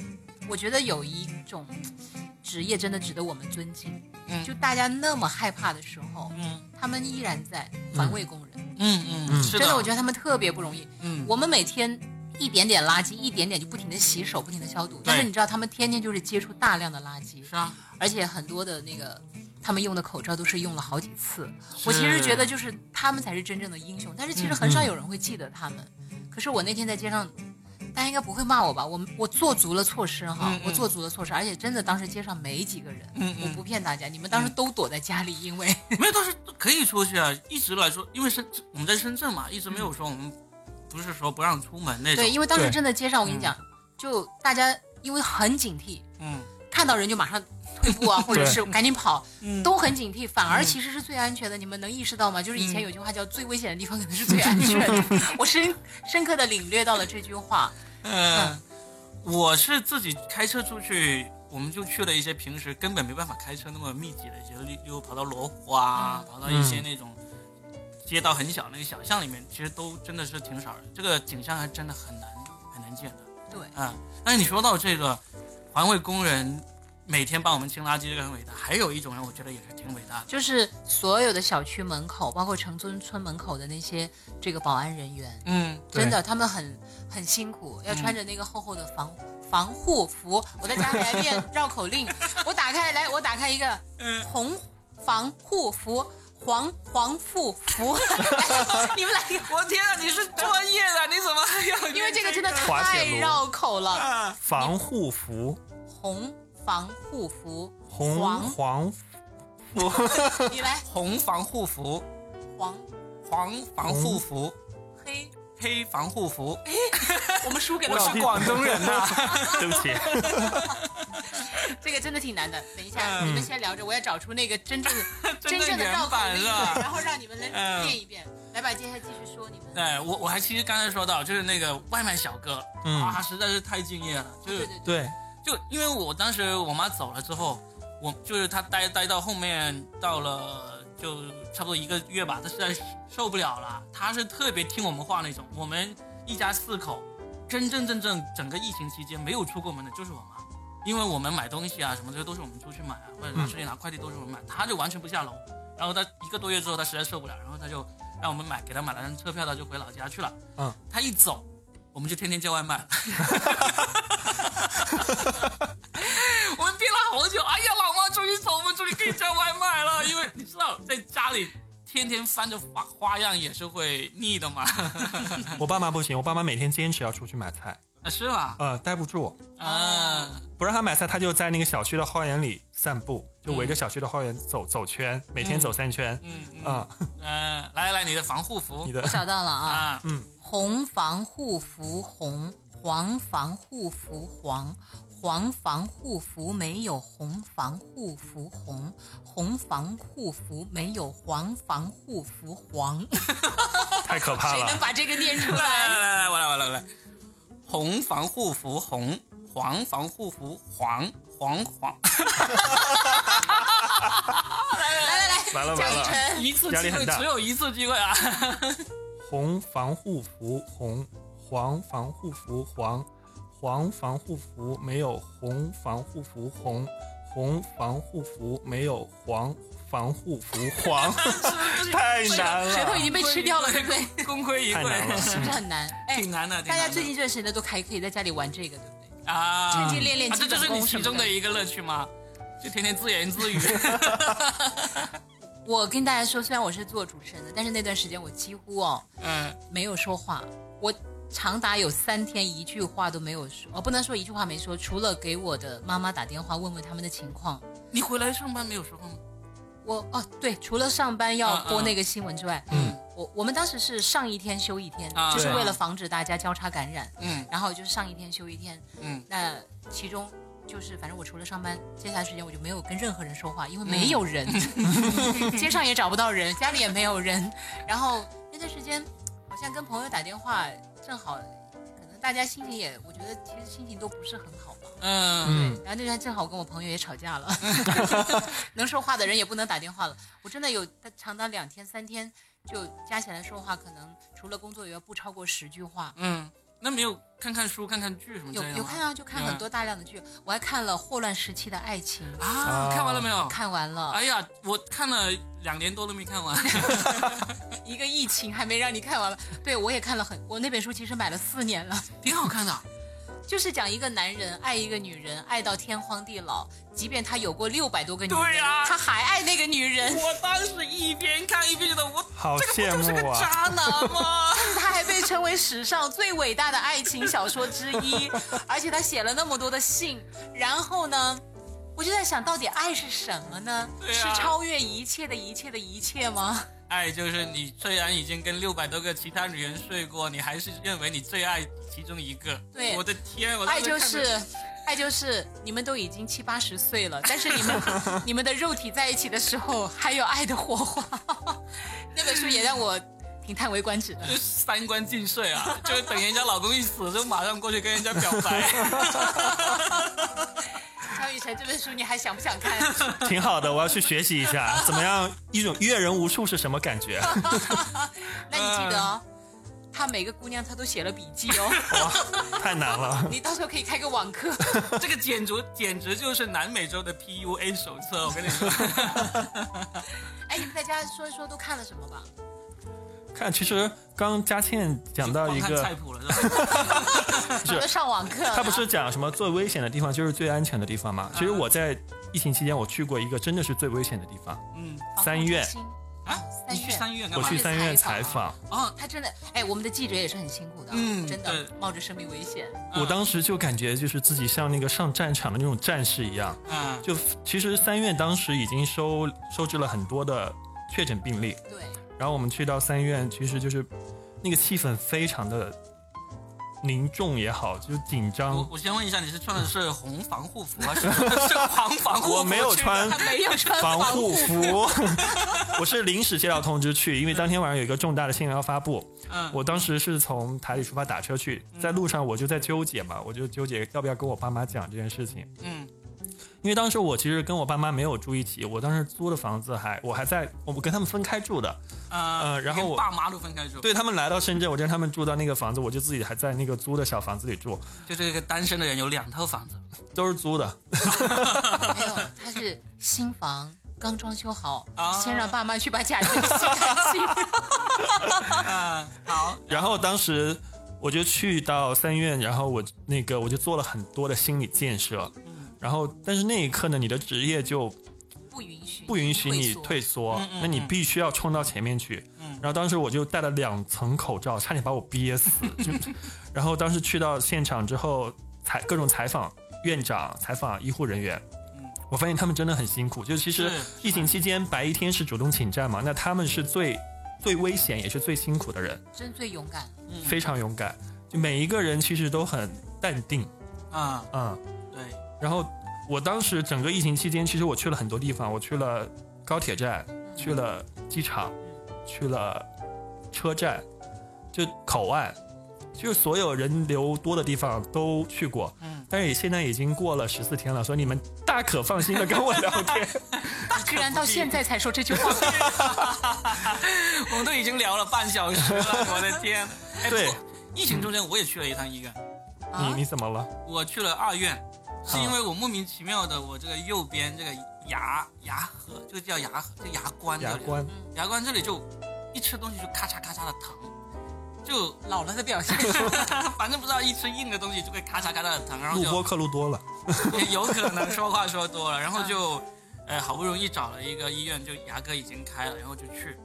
Speaker 3: 我觉得有一种职业真的值得我们尊敬，
Speaker 2: 嗯
Speaker 3: 就大家那么害怕的时候，
Speaker 2: 嗯
Speaker 3: 他们依然在环卫工人，
Speaker 2: 嗯嗯，
Speaker 4: 嗯
Speaker 2: 是
Speaker 3: 真的，我
Speaker 2: 觉
Speaker 3: 觉得他们特别不容易。
Speaker 2: 得，嗯，
Speaker 3: 我们每天一点点垃圾，一点点就不停的洗手，不停的消毒，但是你知道他们天天就是接触大量的垃圾，
Speaker 2: 是啊，
Speaker 3: 而且很多的那个。他们用的口罩都是用了好几次，
Speaker 2: 是嗯
Speaker 3: 我其实觉得就是他们才是真正的英雄，但是其实很少有人会记得他们。可是我那天在街上，大家应该不会骂我吧？我我做足了措施哈，
Speaker 2: 嗯嗯
Speaker 3: 我做足了措施，而且真的当时街上没几个人，
Speaker 2: 嗯嗯
Speaker 3: 我不骗大家，你们当时都躲在家里，因为
Speaker 2: [laughs] 没有，但是可以出去啊。一直来说，因为深我们在深圳嘛，一直没有说我们不是说不让出门那种。
Speaker 3: 嗯对，因为当时
Speaker 4: 对
Speaker 3: 真的街上我跟你讲，就大家因为很警惕，
Speaker 2: 嗯
Speaker 3: 看到人就马上退步啊，或者是赶紧跑，
Speaker 2: 嗯，
Speaker 3: 都很警惕，反而其实是最安全的。你们能意识到吗？就是以前有句话叫“最危险的地方可能是最安全的”， [laughs] 我深深刻的领略到了这句话。
Speaker 2: 呃，我是自己开车出去，我们就去了一些平时根本没办法开车那么密集的一些，例例如跑到罗湖
Speaker 3: 嗯
Speaker 2: 啊，跑到一些那种街道很小那个小巷里面，其实都真的是挺少人。这个景象还真的很难很难见的
Speaker 3: 对，
Speaker 2: 啊。但是你说到这个环卫工人每天帮我们清垃圾，这个很伟大。还有一种人，我觉得也是挺伟大的。
Speaker 3: 就是所有的小区门口，包括城中村门口的那些这个保安人员，
Speaker 2: 嗯，
Speaker 4: 对
Speaker 3: 真的他们很很辛苦，要穿着那个厚厚的防。防护服，我在家里还练绕口令。我打开来，我打开一个红防护服，黄黄护服。 [laughs] 哎你们来一个，
Speaker 2: 我天啊，你是专业的，你怎么还要
Speaker 3: 因为这个真的
Speaker 4: 滑
Speaker 3: 太
Speaker 4: 铁卢
Speaker 3: 绕口了。
Speaker 2: 啊？
Speaker 4: 防护服，
Speaker 3: 红防护服，
Speaker 4: 红
Speaker 3: 黄 [laughs]
Speaker 4: 黄服，
Speaker 3: 你来
Speaker 2: 红防护服，
Speaker 3: 黄
Speaker 2: 黄防护服。
Speaker 4: 嗯
Speaker 3: 黑，
Speaker 2: 黑防护服，
Speaker 4: 哎
Speaker 3: 我们输给了
Speaker 2: 我
Speaker 3: 老
Speaker 2: 是广东人呐、
Speaker 4: [laughs]
Speaker 3: [laughs]
Speaker 4: 对不起，
Speaker 3: 这个真的挺难的。等一下，你们先聊着，我要找出那个真正真
Speaker 2: 真
Speaker 3: 正
Speaker 2: 正
Speaker 3: 的
Speaker 2: 的
Speaker 3: 绕
Speaker 2: 原
Speaker 3: 口
Speaker 2: 版
Speaker 3: 令，
Speaker 2: 是吧
Speaker 3: 然后让你们来
Speaker 2: 嗯
Speaker 3: 练一遍。来吧，接下来继续说你们。
Speaker 2: 哎，我我还其实刚才说到，就是那个外卖小哥，
Speaker 4: 嗯
Speaker 2: 啊，实在是太敬业了，就
Speaker 3: 对
Speaker 2: 是
Speaker 3: 对对，
Speaker 4: 对，
Speaker 2: 就因为我当时我妈走了之后，我就是她待待到后面到了就差不多一个月吧，她实在是受不了了，她是特别听我们话那种。我们一家四口，真真正正整个疫情期间没有出过门的就是我妈，因为我们买东西啊什么的都是我们出去买啊，或者拿出去拿快递都是我们买，她就完全不下楼。然后她一个多月之后，她实在受不了，然后她就让我们买给她买了张车票，她就回老家去了。
Speaker 4: 嗯，
Speaker 2: 她一走，我们就天天叫外卖了。我们憋了好久，哎呀，老妈终于走，我们终于可以叫外卖了。因为你知道，在家里天天翻着花花样也是会腻的嘛，
Speaker 4: [laughs] 我爸妈不行，我爸妈每天坚持要出去买菜，
Speaker 2: 啊是吧？
Speaker 4: 呃，待不住，
Speaker 2: 啊，
Speaker 4: 不让他买菜，他就在那个小区的花园里散步，就
Speaker 3: 嗯
Speaker 4: 围着小区的花园走走圈，每天走三圈。
Speaker 2: 嗯嗯
Speaker 4: 啊，
Speaker 2: 呃，来来，你的防护服
Speaker 4: [laughs] 你的
Speaker 3: 我找到了啊，
Speaker 2: 啊，
Speaker 3: 红防护服红，黄防护服黄，黄防护服没有红防护服红，红防护服没有黄防护服黄。 [laughs]
Speaker 4: 太可怕
Speaker 3: 谁能
Speaker 4: 了，
Speaker 3: 把这个念出
Speaker 2: 来来 [laughs]
Speaker 3: 来？
Speaker 2: 来来来，我来我来我来，红防护服红，黄防护服黄黄黄，
Speaker 3: 来来来，
Speaker 4: 完了
Speaker 3: 蒋
Speaker 4: 完
Speaker 3: 一
Speaker 4: 了。
Speaker 3: 晨，
Speaker 2: 一次
Speaker 4: 压力
Speaker 2: 机
Speaker 4: 很
Speaker 2: 会
Speaker 4: 大
Speaker 2: 只有一次机会啊！
Speaker 4: 红防护服红，黄防护服黄，黄防护服没有红防护服红，红防护服没有黄防护服黄，
Speaker 3: [laughs]
Speaker 4: [laughs] 太难
Speaker 3: 舌头已
Speaker 4: 了，
Speaker 3: 经被吃掉了，对不对？
Speaker 2: 功亏一
Speaker 4: 太难了
Speaker 2: 篑，
Speaker 3: 是不是很难？哎，
Speaker 2: 挺难的。挺
Speaker 3: 大家
Speaker 2: 难的
Speaker 3: 最近认识的都还可以在家里玩这个，对不对？
Speaker 2: 啊，
Speaker 3: 最近练练
Speaker 2: 啊这就是
Speaker 3: 基本
Speaker 2: 你
Speaker 3: 功什
Speaker 2: 其
Speaker 3: 么
Speaker 2: 中
Speaker 3: 的
Speaker 2: 的一个乐趣吗？就天天自言自语。
Speaker 3: 我跟大家说，虽然我是做主持人的，但是那段时间我几乎哦
Speaker 2: 嗯，
Speaker 3: 没有说话，我长达有三天一句话都没有说，哦，不能说一句话没说，除了给我的妈妈打电话问问他们的情况。
Speaker 2: 你回来上班没有说话吗？
Speaker 3: 我哦，对，除了上班要
Speaker 2: 嗯嗯
Speaker 3: 播那个新闻之外，
Speaker 4: 嗯，
Speaker 3: 我我们当时是上一天休一天，
Speaker 2: 啊
Speaker 3: 就是
Speaker 2: 对
Speaker 3: 为了防止大家交叉感染，
Speaker 2: 嗯
Speaker 3: 然后就是上一天休一天。
Speaker 2: 嗯
Speaker 3: 那其中就是，反正我除了上班，接下来时间我就没有跟任何人说话，因为没有人， [laughs] 街上也找不到人，家里也没有人。然后那段时间，好像跟朋友打电话，正好可能大家心情也，我觉得其实心情都不是很好吧。
Speaker 2: 嗯
Speaker 4: 嗯，
Speaker 3: 然后那天正好我跟我朋友也吵架了，能说话的人也不能打电话了。我真的有长达两天三天，就加起来说话，可能除了工作以外不超过十句话。
Speaker 2: 嗯，那没有看看书、看看剧什么之
Speaker 3: 有
Speaker 2: 类的吗
Speaker 3: 有看啊，就看很多大量的剧，我还看了《霍乱时期的爱情》，
Speaker 2: 啊，看完了没有？
Speaker 3: 看完了，
Speaker 2: 哎呀，我看了两年多都没
Speaker 3: [laughs]
Speaker 2: 看完。
Speaker 3: 一个疫情还没让你看完了。 [laughs] 对我也看了很，我那本书其实买了四年了， [laughs]
Speaker 2: 挺好看的。
Speaker 3: 就是讲一个男人爱一个女人，爱到天荒地老，即便他有过六百多个女人，
Speaker 2: 对呀
Speaker 3: 他还爱那个女人， [laughs]
Speaker 2: 我当时一边看一边觉得我
Speaker 4: 好羡慕啊！
Speaker 2: 渣男吗？
Speaker 3: [laughs] 他还被称为史上最伟大的爱情小说之一，而且他写了那么多的信，然后呢？我就在想，到底爱是什么呢？
Speaker 2: 对
Speaker 3: 是
Speaker 2: 啊
Speaker 3: 超越一切的一切的一切吗？
Speaker 2: 爱哎就是你虽然已经跟六百多个其他女人睡过，你还是认为你最爱其中一个。
Speaker 3: 对
Speaker 2: 我的天，我当
Speaker 3: 爱
Speaker 2: 时
Speaker 3: 就
Speaker 2: 看
Speaker 3: 是
Speaker 2: 着。
Speaker 3: 爱就是你们都已经七八十岁了，但是你
Speaker 4: [laughs]
Speaker 3: 们你们的肉体在一起的时候还有爱的火花，那本书也让我挺叹为观止的。
Speaker 2: 就三观尽碎
Speaker 3: [laughs]
Speaker 2: 啊！就等人家老公一死，就马上过去跟人家表白。
Speaker 3: 张雨晨这本书你还想不想看？
Speaker 4: 挺好的，我要去学习一下，怎么样？一种阅人无数是什么感觉？
Speaker 3: 那你记得哦，
Speaker 4: 嗯
Speaker 3: 他每个姑娘他都写了笔记
Speaker 4: [laughs]
Speaker 3: 哦，
Speaker 4: 太难了，
Speaker 3: 你到时候可以开个网课。
Speaker 2: [laughs] 这个简直简直就是南美洲的 PUA 手册，我跟你
Speaker 4: [laughs]
Speaker 2: 说。
Speaker 3: 哎，你们在家说一说都看了什么吧？
Speaker 4: 看，其实刚佳倩讲到一
Speaker 2: 光看菜
Speaker 4: 个，
Speaker 2: 谱了是吧？
Speaker 3: 除了上网课，
Speaker 4: 她不是讲什么最危险的地方就是最安全的地方嘛？其实我在疫情期间，我去过一个真的是最危险的地方，
Speaker 2: 嗯
Speaker 4: 三月
Speaker 2: 啊，你去
Speaker 3: 三
Speaker 2: 三月干
Speaker 4: 我
Speaker 2: 嘛？
Speaker 4: 去三月
Speaker 3: 采
Speaker 4: 采
Speaker 3: 访
Speaker 4: 访，
Speaker 2: 哦，
Speaker 3: 他真的，哎，我们的记者也是很辛苦的，
Speaker 2: 嗯
Speaker 3: 真的
Speaker 2: 对
Speaker 3: 冒着生命危险。
Speaker 4: 我当时就感觉就是自己像那个上战场的那种战士一样。
Speaker 2: 嗯
Speaker 4: 就其实三院当时已经收收治了很多的确诊病例，
Speaker 3: 对，
Speaker 4: 然后我们去到三院，其实就是那个气氛非常的凝重也好，就是紧
Speaker 2: 我
Speaker 4: 张。
Speaker 2: 我先问一下，你是穿的是红防护服啊还是是黄防护服？
Speaker 4: 我没有穿
Speaker 3: 他没有穿
Speaker 4: 防护
Speaker 3: 服。
Speaker 4: 服， [laughs] 我是临时接到通知去，因为当天晚上有一个重大的新闻要发布。
Speaker 2: 嗯
Speaker 4: 我当时是从台里出发打车去，在路上我就在纠结嘛，我就纠结要不要跟我爸妈讲这件事情。
Speaker 2: 嗯
Speaker 4: 因为当时我其实跟我爸妈没有住一起，我当时租的房子还我还在我跟他们分开住的。
Speaker 2: 呃
Speaker 4: 呃然后
Speaker 2: 跟
Speaker 4: 我
Speaker 2: 爸妈都分开住，，
Speaker 4: 对他们来到深圳，我就让他们住到那个房子，我就自己还在那个租的小房子里住，
Speaker 2: 就这个单身的人有两套房
Speaker 4: [laughs]
Speaker 2: 子，
Speaker 4: 都是租的。
Speaker 3: 没有，他是新房刚装修好，
Speaker 2: 啊
Speaker 3: 先让爸妈去把家里洗干
Speaker 2: [laughs]
Speaker 3: 净。
Speaker 2: 嗯，好，
Speaker 4: 然后当时我就去到三院，然后我那个我就做了很多的心理建设，然后但是那一刻呢，你的职业就
Speaker 3: 不允许，
Speaker 4: 不允许你退
Speaker 3: 退缩。
Speaker 4: 缩
Speaker 2: 嗯嗯，
Speaker 4: 那你
Speaker 2: 嗯
Speaker 4: 必须要冲到前面去。然后当时我就戴了两层口罩，差点把我憋
Speaker 2: [laughs]
Speaker 4: 死。就然后当时去到现场之后，采各种采访院长、采访医护人员，我发现他们真的很辛苦。就其实
Speaker 2: 嗯是
Speaker 4: 疫情期间白衣天是主动请战嘛，那他们是最最危险也是最辛苦的人，
Speaker 3: 真最勇敢。
Speaker 2: 嗯
Speaker 4: 非常勇敢。就每一个人其实都很淡定，
Speaker 2: 啊，
Speaker 4: 嗯。
Speaker 2: 对，
Speaker 4: 然后我当时整个疫情期间，其实我去了很多地方，我去了高铁站，
Speaker 2: 嗯
Speaker 4: 去了机场，去了车站，就口岸，就是所有人流多的地方都去过。
Speaker 2: 嗯，
Speaker 4: 但是也现在已经过了十四天了，所以你们大可放心的跟我聊
Speaker 2: [laughs]
Speaker 4: 天。
Speaker 3: 居然到现在才说这句话，
Speaker 2: 我们都已经聊了半小时
Speaker 4: [laughs]
Speaker 2: 了，我的天！哎，
Speaker 4: 对
Speaker 2: 不过疫情中间我也去了一趟医院，
Speaker 4: 你
Speaker 3: 啊
Speaker 4: 你怎么了？
Speaker 2: 我去了二院，是
Speaker 4: 嗯
Speaker 2: 因为我莫名其妙的，我这个右边这个牙牙核，这个叫牙核，这牙关这里
Speaker 4: 牙关
Speaker 2: 牙关这里就一吃东西就咔嚓咔嚓的疼，就
Speaker 3: 老了的表现。
Speaker 2: [laughs] 反正不知道一吃硬的东西就会咔嚓咔嚓的疼，然后
Speaker 4: 录
Speaker 2: 就
Speaker 4: 播课录多了，
Speaker 2: 也有可能说话说多了，然
Speaker 4: 嗯
Speaker 2: 后就，呃，好不容易找了一个医院，就牙科已经开了，然后就去，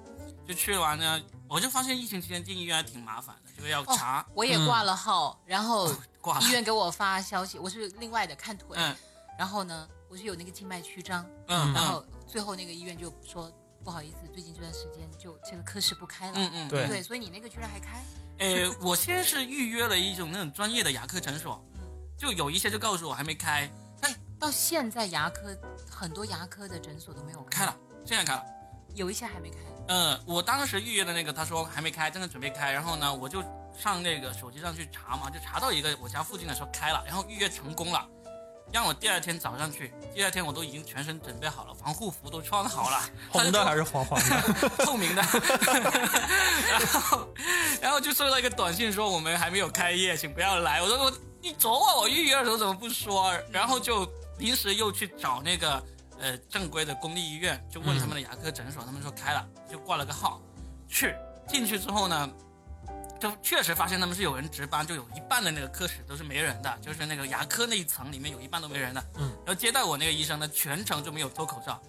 Speaker 2: 就去完呢，我就发现疫情期间进医院还挺麻烦的，就是要查、
Speaker 3: 我也挂了号，然后
Speaker 2: 挂了
Speaker 3: 哦医，院给我发消息，我是另外的看腿，
Speaker 2: 啊嗯
Speaker 3: 然后呢，我是有那个静脉曲张，
Speaker 2: 嗯
Speaker 3: 然
Speaker 2: 嗯
Speaker 3: 后最后那个医院就说不好意思，最近这段时间就这个科室不开了。
Speaker 2: 嗯嗯，
Speaker 4: 对
Speaker 3: 对，所以你那个居然还开？
Speaker 2: 呃，我先是预约了一种那种专业的牙科诊所，就有一些就告诉我还没开，
Speaker 3: 到现在牙科很多牙科的诊所都没有
Speaker 2: 开了，现在开了。
Speaker 3: 有一些还没开。
Speaker 2: 嗯，我当时预约的那个，他说还没开，正在准备开。然后呢，我就上那个手机上去查嘛，就查到一个我家附近的说开了，然后预约成功了，让我第二天早上去。第二天我都已经全身准备好了，防护服都穿好了，
Speaker 4: 红的还是黄黄
Speaker 2: [laughs]
Speaker 4: 的？
Speaker 2: 透明的。然后，然后就收到一个短信说我们还没有开业，请不要来。我说我你昨晚我预约的时候怎么不说？然后就临时又去找那个呃正规的公立医院，就问他们的牙科诊所，他们说开了，就挂了个号去。进去之后呢，就确实发现他们是有人值班，就有一半的那个科室都是没人的，就是那个牙科那一层里面有一半都没人的。
Speaker 4: 嗯，
Speaker 2: 然后接待我那个医生呢，全程就没有脱口罩，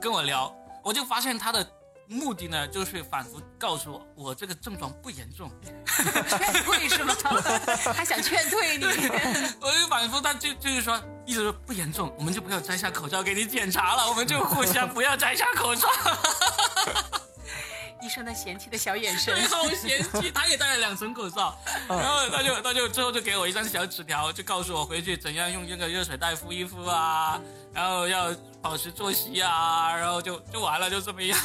Speaker 2: 跟我聊，我就发现他的目的呢，就是反复告诉我，我这个症状不严重。 [laughs]
Speaker 3: [laughs] 劝退是吗？还想劝退 [laughs] 你？
Speaker 2: 我就反复，他就就是说，意思说不严重，我们就不要摘下口罩给你检查了，我们就互相不要摘下口 [laughs] 罩。
Speaker 3: 医生的嫌弃的小眼神
Speaker 2: 对，，好嫌弃，他也戴了两层口 [laughs] 罩，然后他就他就最后就给我一张小纸条，就告诉我回去怎样用这个热水袋敷一敷啊，然后要保持作息啊，然后就就完了，就这么样，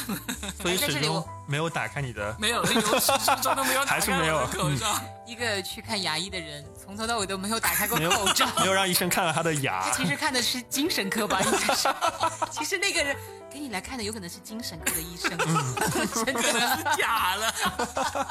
Speaker 4: 所以
Speaker 3: 在这
Speaker 4: 始
Speaker 3: 里
Speaker 4: 终
Speaker 3: 我
Speaker 4: 没有打开你的。
Speaker 2: 没有，由始至终都没 [laughs] 有打
Speaker 4: 还是
Speaker 2: 开
Speaker 4: 没有
Speaker 2: 我的口罩。
Speaker 3: 一个去看牙医的人，从头到尾都没有打开过
Speaker 4: 没有
Speaker 3: 口罩。
Speaker 4: [laughs] 没有让医生看到他的牙
Speaker 3: 他，其实看的是精神科吧，应该是。其实那个人给你来看的有可能是精神科的医生，
Speaker 4: 嗯
Speaker 3: [laughs] 真
Speaker 2: 可能
Speaker 3: 的。
Speaker 2: 是 [laughs] 假的，